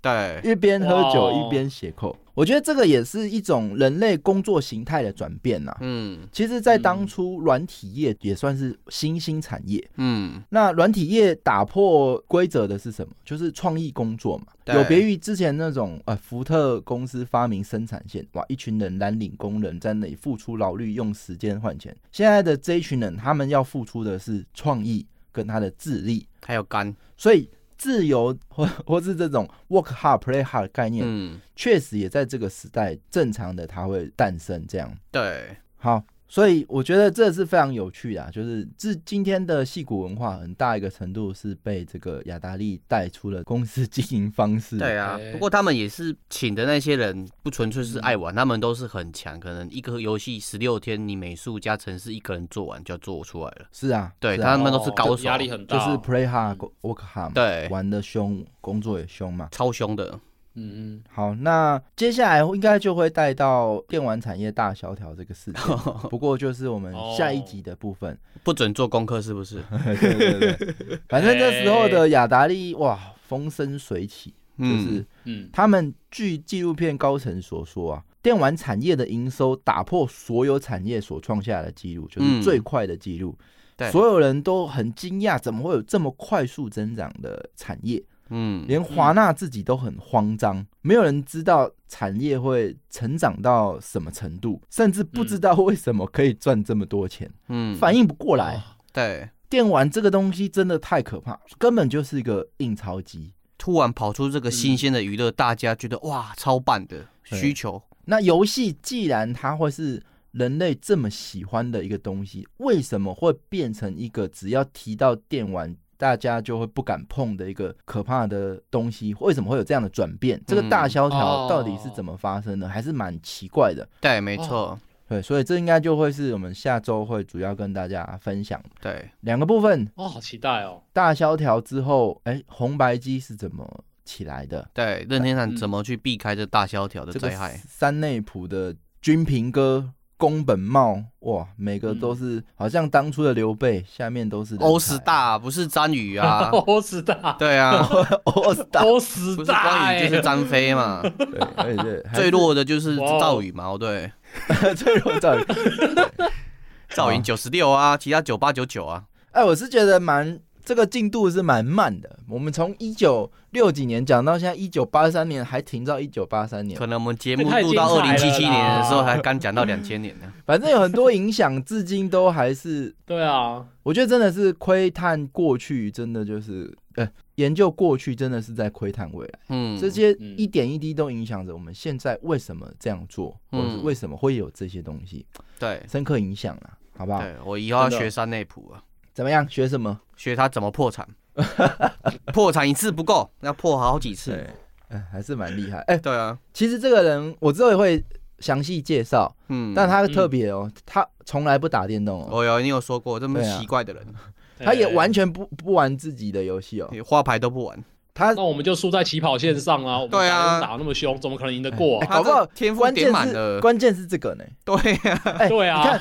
Speaker 3: 对，
Speaker 4: 一边喝酒
Speaker 2: 哇哦
Speaker 4: 一边写扣。我觉得这个也是一种人类工作形态的转变呐、
Speaker 3: 嗯
Speaker 4: 其实，在当初，软体业也算是新兴产业。
Speaker 3: 嗯，
Speaker 4: 那软体业打破规则的是什么？就是创意工作嘛，
Speaker 3: 对
Speaker 4: 有别于之前那种呃，福特公司发明生产线，哇，一群人蓝领工人在那里付出劳力，用时间换钱。现在的这一群人，他们要付出的是创意跟他的智力，
Speaker 3: 还有肝，
Speaker 4: 所以自由或或是这种 work hard play hard 概念，
Speaker 3: 嗯，
Speaker 4: 确实也在这个时代正常的它会诞生这样。
Speaker 3: 对，
Speaker 4: 好，所以我觉得这是非常有趣的啊、就是自今天的戏骨文化很大一个程度是被这个雅达利带出了公司经营方式。
Speaker 3: 对啊
Speaker 2: 哎，嗯
Speaker 3: 不过他们也是请的那些人，不纯粹是爱玩，他们都是很强，可能一个游戏十六天，你美术加城市一个人做完就要做出来了。
Speaker 4: 是啊，
Speaker 3: 对
Speaker 4: 是
Speaker 3: 他
Speaker 4: 啊
Speaker 3: 们都是
Speaker 2: 哦
Speaker 3: 高
Speaker 2: 压
Speaker 3: 手
Speaker 2: 力很大
Speaker 4: 就
Speaker 2: 哦，
Speaker 4: 是 play hard go- work hard，嘛
Speaker 3: 对
Speaker 4: 玩的凶，工作也凶嘛。
Speaker 3: 超凶的，
Speaker 2: 嗯嗯，
Speaker 4: 好，那接下来应该就会带到电玩产业大萧条这个事
Speaker 3: [laughs]
Speaker 4: 情，不过就是我们下一集的部分。
Speaker 3: 不准做功课是不是？
Speaker 4: 对对对，反正这时候的雅达利哇，风生水起，就
Speaker 3: 哎嗯，
Speaker 4: 是
Speaker 2: 嗯，
Speaker 4: 他们据纪录片高层所说啊，电玩产业的营收打破所有产业所创下的记录，就是
Speaker 3: 嗯
Speaker 4: 最快的记录。
Speaker 3: 对
Speaker 4: 所有人都很惊讶，怎么会有这么快速增长的产业？
Speaker 3: 嗯，
Speaker 4: 连华纳自己都很慌张，没有人知道产业会成长到什么程度，甚至不知道为什么可以赚这么多钱，
Speaker 3: 嗯，
Speaker 4: 反应不过来。
Speaker 2: 哇
Speaker 3: 对，
Speaker 4: 电玩这个东西真的太可怕，根本就是一个印钞机。
Speaker 3: 突然跑出这个新鲜的娱乐，大家觉得哇，超棒的
Speaker 4: 嗯对
Speaker 3: 需求，
Speaker 4: 那游戏既然它会是人类这么喜欢的一个东西，为什么会变成一个只要提到电玩大家就会不敢碰的一个可怕的东西。为什么会有这样的转变？这个大萧条到底是怎么发生的，还是蛮奇怪的。
Speaker 3: 对，没
Speaker 2: 哦
Speaker 3: 错，
Speaker 4: 对，所以这应该就会是我们下周会主要跟大家分享
Speaker 3: 对，
Speaker 4: 两个部分：
Speaker 2: 哦，好期待哦！
Speaker 4: 大萧条之后，哎，红白机是怎么起来的？
Speaker 3: 对，任天堂
Speaker 2: 嗯
Speaker 3: 怎么去避开这大萧条的
Speaker 4: 这个
Speaker 3: 灾害？
Speaker 4: 三内浦的军平哥、宫本茂，哇，每个
Speaker 3: 嗯
Speaker 4: 都是、好像当初的刘备，下面都是人才
Speaker 3: 欧斯，
Speaker 4: [laughs]
Speaker 3: 大不是张宇
Speaker 2: [laughs]
Speaker 3: 啊，
Speaker 2: 欧斯大，
Speaker 3: 对啊，
Speaker 4: 欧斯
Speaker 3: [laughs]
Speaker 4: 大，
Speaker 2: 欧
Speaker 3: 不
Speaker 2: 斯
Speaker 3: 是
Speaker 2: 大
Speaker 3: 张
Speaker 2: 欸，
Speaker 3: 宇就是张飞嘛，
Speaker 4: 对，而且还
Speaker 3: 最弱的就是
Speaker 2: 哇哦
Speaker 3: 赵宇嘛，哦对，
Speaker 4: [laughs] 最弱赵云。
Speaker 3: 赵云九十六啊，其他九八九九啊，
Speaker 4: 哎，我是觉得蛮这个进度是蛮慢的，我们从一九六几年讲到现在一九八三年，还停到一九八三年
Speaker 3: 可，能我们节目
Speaker 2: 这太
Speaker 3: 录到
Speaker 2: 精彩
Speaker 3: 二零
Speaker 2: 了
Speaker 3: 七
Speaker 2: 啦
Speaker 3: 七年的时候，还刚讲到两千年
Speaker 4: [laughs]
Speaker 3: 呢。
Speaker 4: 反正有很多影响，至今都还是。
Speaker 2: 对啊，
Speaker 4: 我觉得真的是窥探过去，真的就是呃，研究过去真的是在窥探未来。
Speaker 3: 嗯，
Speaker 4: 这些
Speaker 2: 嗯
Speaker 4: 一点一滴都影响着我们现在为什么这样做，或者是
Speaker 3: 嗯
Speaker 4: 为什么会有这些东西，
Speaker 3: 对
Speaker 4: 深刻影响了，好不好？
Speaker 3: 对，我以后要
Speaker 2: 真的
Speaker 3: 学山内普啊，
Speaker 4: 怎么样？学什么？
Speaker 3: 学他怎么破产，破产一次不够，要破好几次。
Speaker 4: 对，哎，还是蛮厉害。哎，
Speaker 3: 对啊，
Speaker 4: 其实这个人我之后也会详细介绍，
Speaker 3: 嗯，
Speaker 4: 但他特别哦，他从来不打电动哦，
Speaker 3: 我有你有说过这么
Speaker 4: 对啊
Speaker 3: 奇怪的人，
Speaker 4: 他也完
Speaker 2: 全。
Speaker 4: 全不不玩自己的游戏哦，
Speaker 3: 你花牌都不玩，
Speaker 4: 他
Speaker 3: 哦
Speaker 2: 那我们就输在起跑线上啦。我们
Speaker 3: 对啊
Speaker 2: 打得那么凶，怎么可能赢得过
Speaker 4: 哎
Speaker 2: 啊？
Speaker 3: 他
Speaker 4: 搞不好
Speaker 3: 这天赋
Speaker 4: 关键
Speaker 3: 点满
Speaker 4: 是
Speaker 3: 了。
Speaker 4: 关键是这个呢，
Speaker 3: 对啊，
Speaker 4: 哎，
Speaker 2: 对啊
Speaker 4: 你看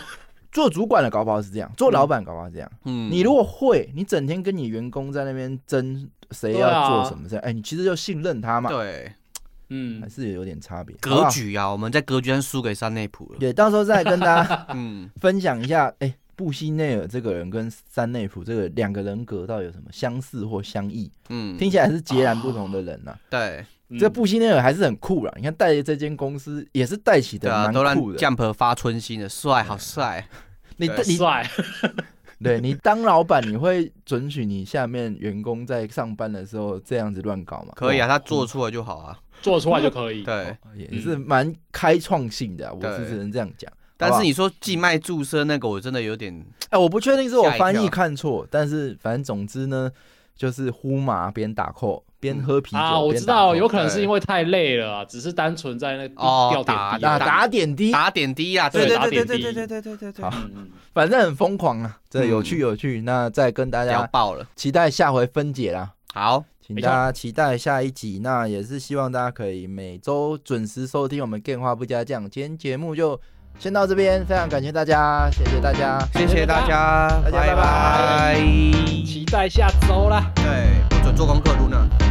Speaker 4: 做主管的搞不好是这样，做老板搞不好是这样。
Speaker 3: 嗯
Speaker 4: 你如果会，你整天跟你员工在那边争谁
Speaker 2: 对啊
Speaker 4: 要做什么事，哎、你其实就信任他嘛，
Speaker 3: 对
Speaker 4: 还
Speaker 2: 嗯，
Speaker 4: 是有点差别。好不
Speaker 3: 格
Speaker 4: 好，
Speaker 3: 局啊，我们在格局上输给山内普了。
Speaker 4: 也到时候再跟大家
Speaker 3: 嗯，
Speaker 4: 分享一下， [laughs] 哎、布希内尔这个人跟山内普这个两个人格到底有什么相似或相异？
Speaker 3: 嗯，
Speaker 4: 听起来是截然不同的人呐、
Speaker 3: 对
Speaker 2: 嗯
Speaker 4: 这布希内尔还是很酷啦，你看带着这间公司也是带起的
Speaker 3: 对啊，
Speaker 4: 蛮
Speaker 3: 都让
Speaker 4: 酷的。
Speaker 3: Jump 发春心了，帅，好帅。
Speaker 4: 你
Speaker 3: 对
Speaker 4: 你
Speaker 2: 帅， [laughs]
Speaker 4: 对你当老板，你会准许你下面员工在上班的时候这样子乱搞吗？
Speaker 3: 可以啊，他做出来就好啊。
Speaker 2: 做出来就可以。
Speaker 3: 对，
Speaker 4: 哦
Speaker 3: 嗯
Speaker 4: 也是蛮开创性的啊、我是
Speaker 3: 对
Speaker 4: 只能这样讲。
Speaker 3: 但是
Speaker 4: 好不好
Speaker 3: 你说静脉注射那个，我真的有点
Speaker 4: 哎、我不确定是我翻
Speaker 3: 吓一
Speaker 4: 译
Speaker 3: 跳
Speaker 4: 看错，但是反正总之呢，就是呼麻边打扣边喝啤酒、
Speaker 2: 啊，我
Speaker 4: 边
Speaker 2: 知
Speaker 4: 打
Speaker 2: 道，
Speaker 4: 扣
Speaker 2: 有可能是因为太累了啊，只是单纯在那
Speaker 3: 哦
Speaker 2: 掉点滴
Speaker 4: 打
Speaker 2: 啊。
Speaker 4: 打点滴，
Speaker 3: 打点滴啊。
Speaker 2: 对
Speaker 3: 对
Speaker 2: 打
Speaker 3: 对
Speaker 2: 点
Speaker 3: 对
Speaker 2: 滴
Speaker 3: 对对对对对对，
Speaker 4: 好
Speaker 2: 嗯嗯
Speaker 4: 反正很疯狂啊，真的
Speaker 3: 嗯
Speaker 4: 有趣有趣。那再跟大
Speaker 3: 聊
Speaker 4: 家
Speaker 3: 爆了。
Speaker 4: 期待下回分解啦。
Speaker 3: 好，
Speaker 4: 请大家期待下一集，那也是希望大家可以每周准时收听我们《电话不加酱》。今天节目就先到这边，非常感谢大家，谢谢大家。
Speaker 3: 谢谢大家，
Speaker 4: 大家拜拜
Speaker 3: 拜拜。
Speaker 2: 嗯期待下周啦。
Speaker 3: 对，不准做功课，露娜。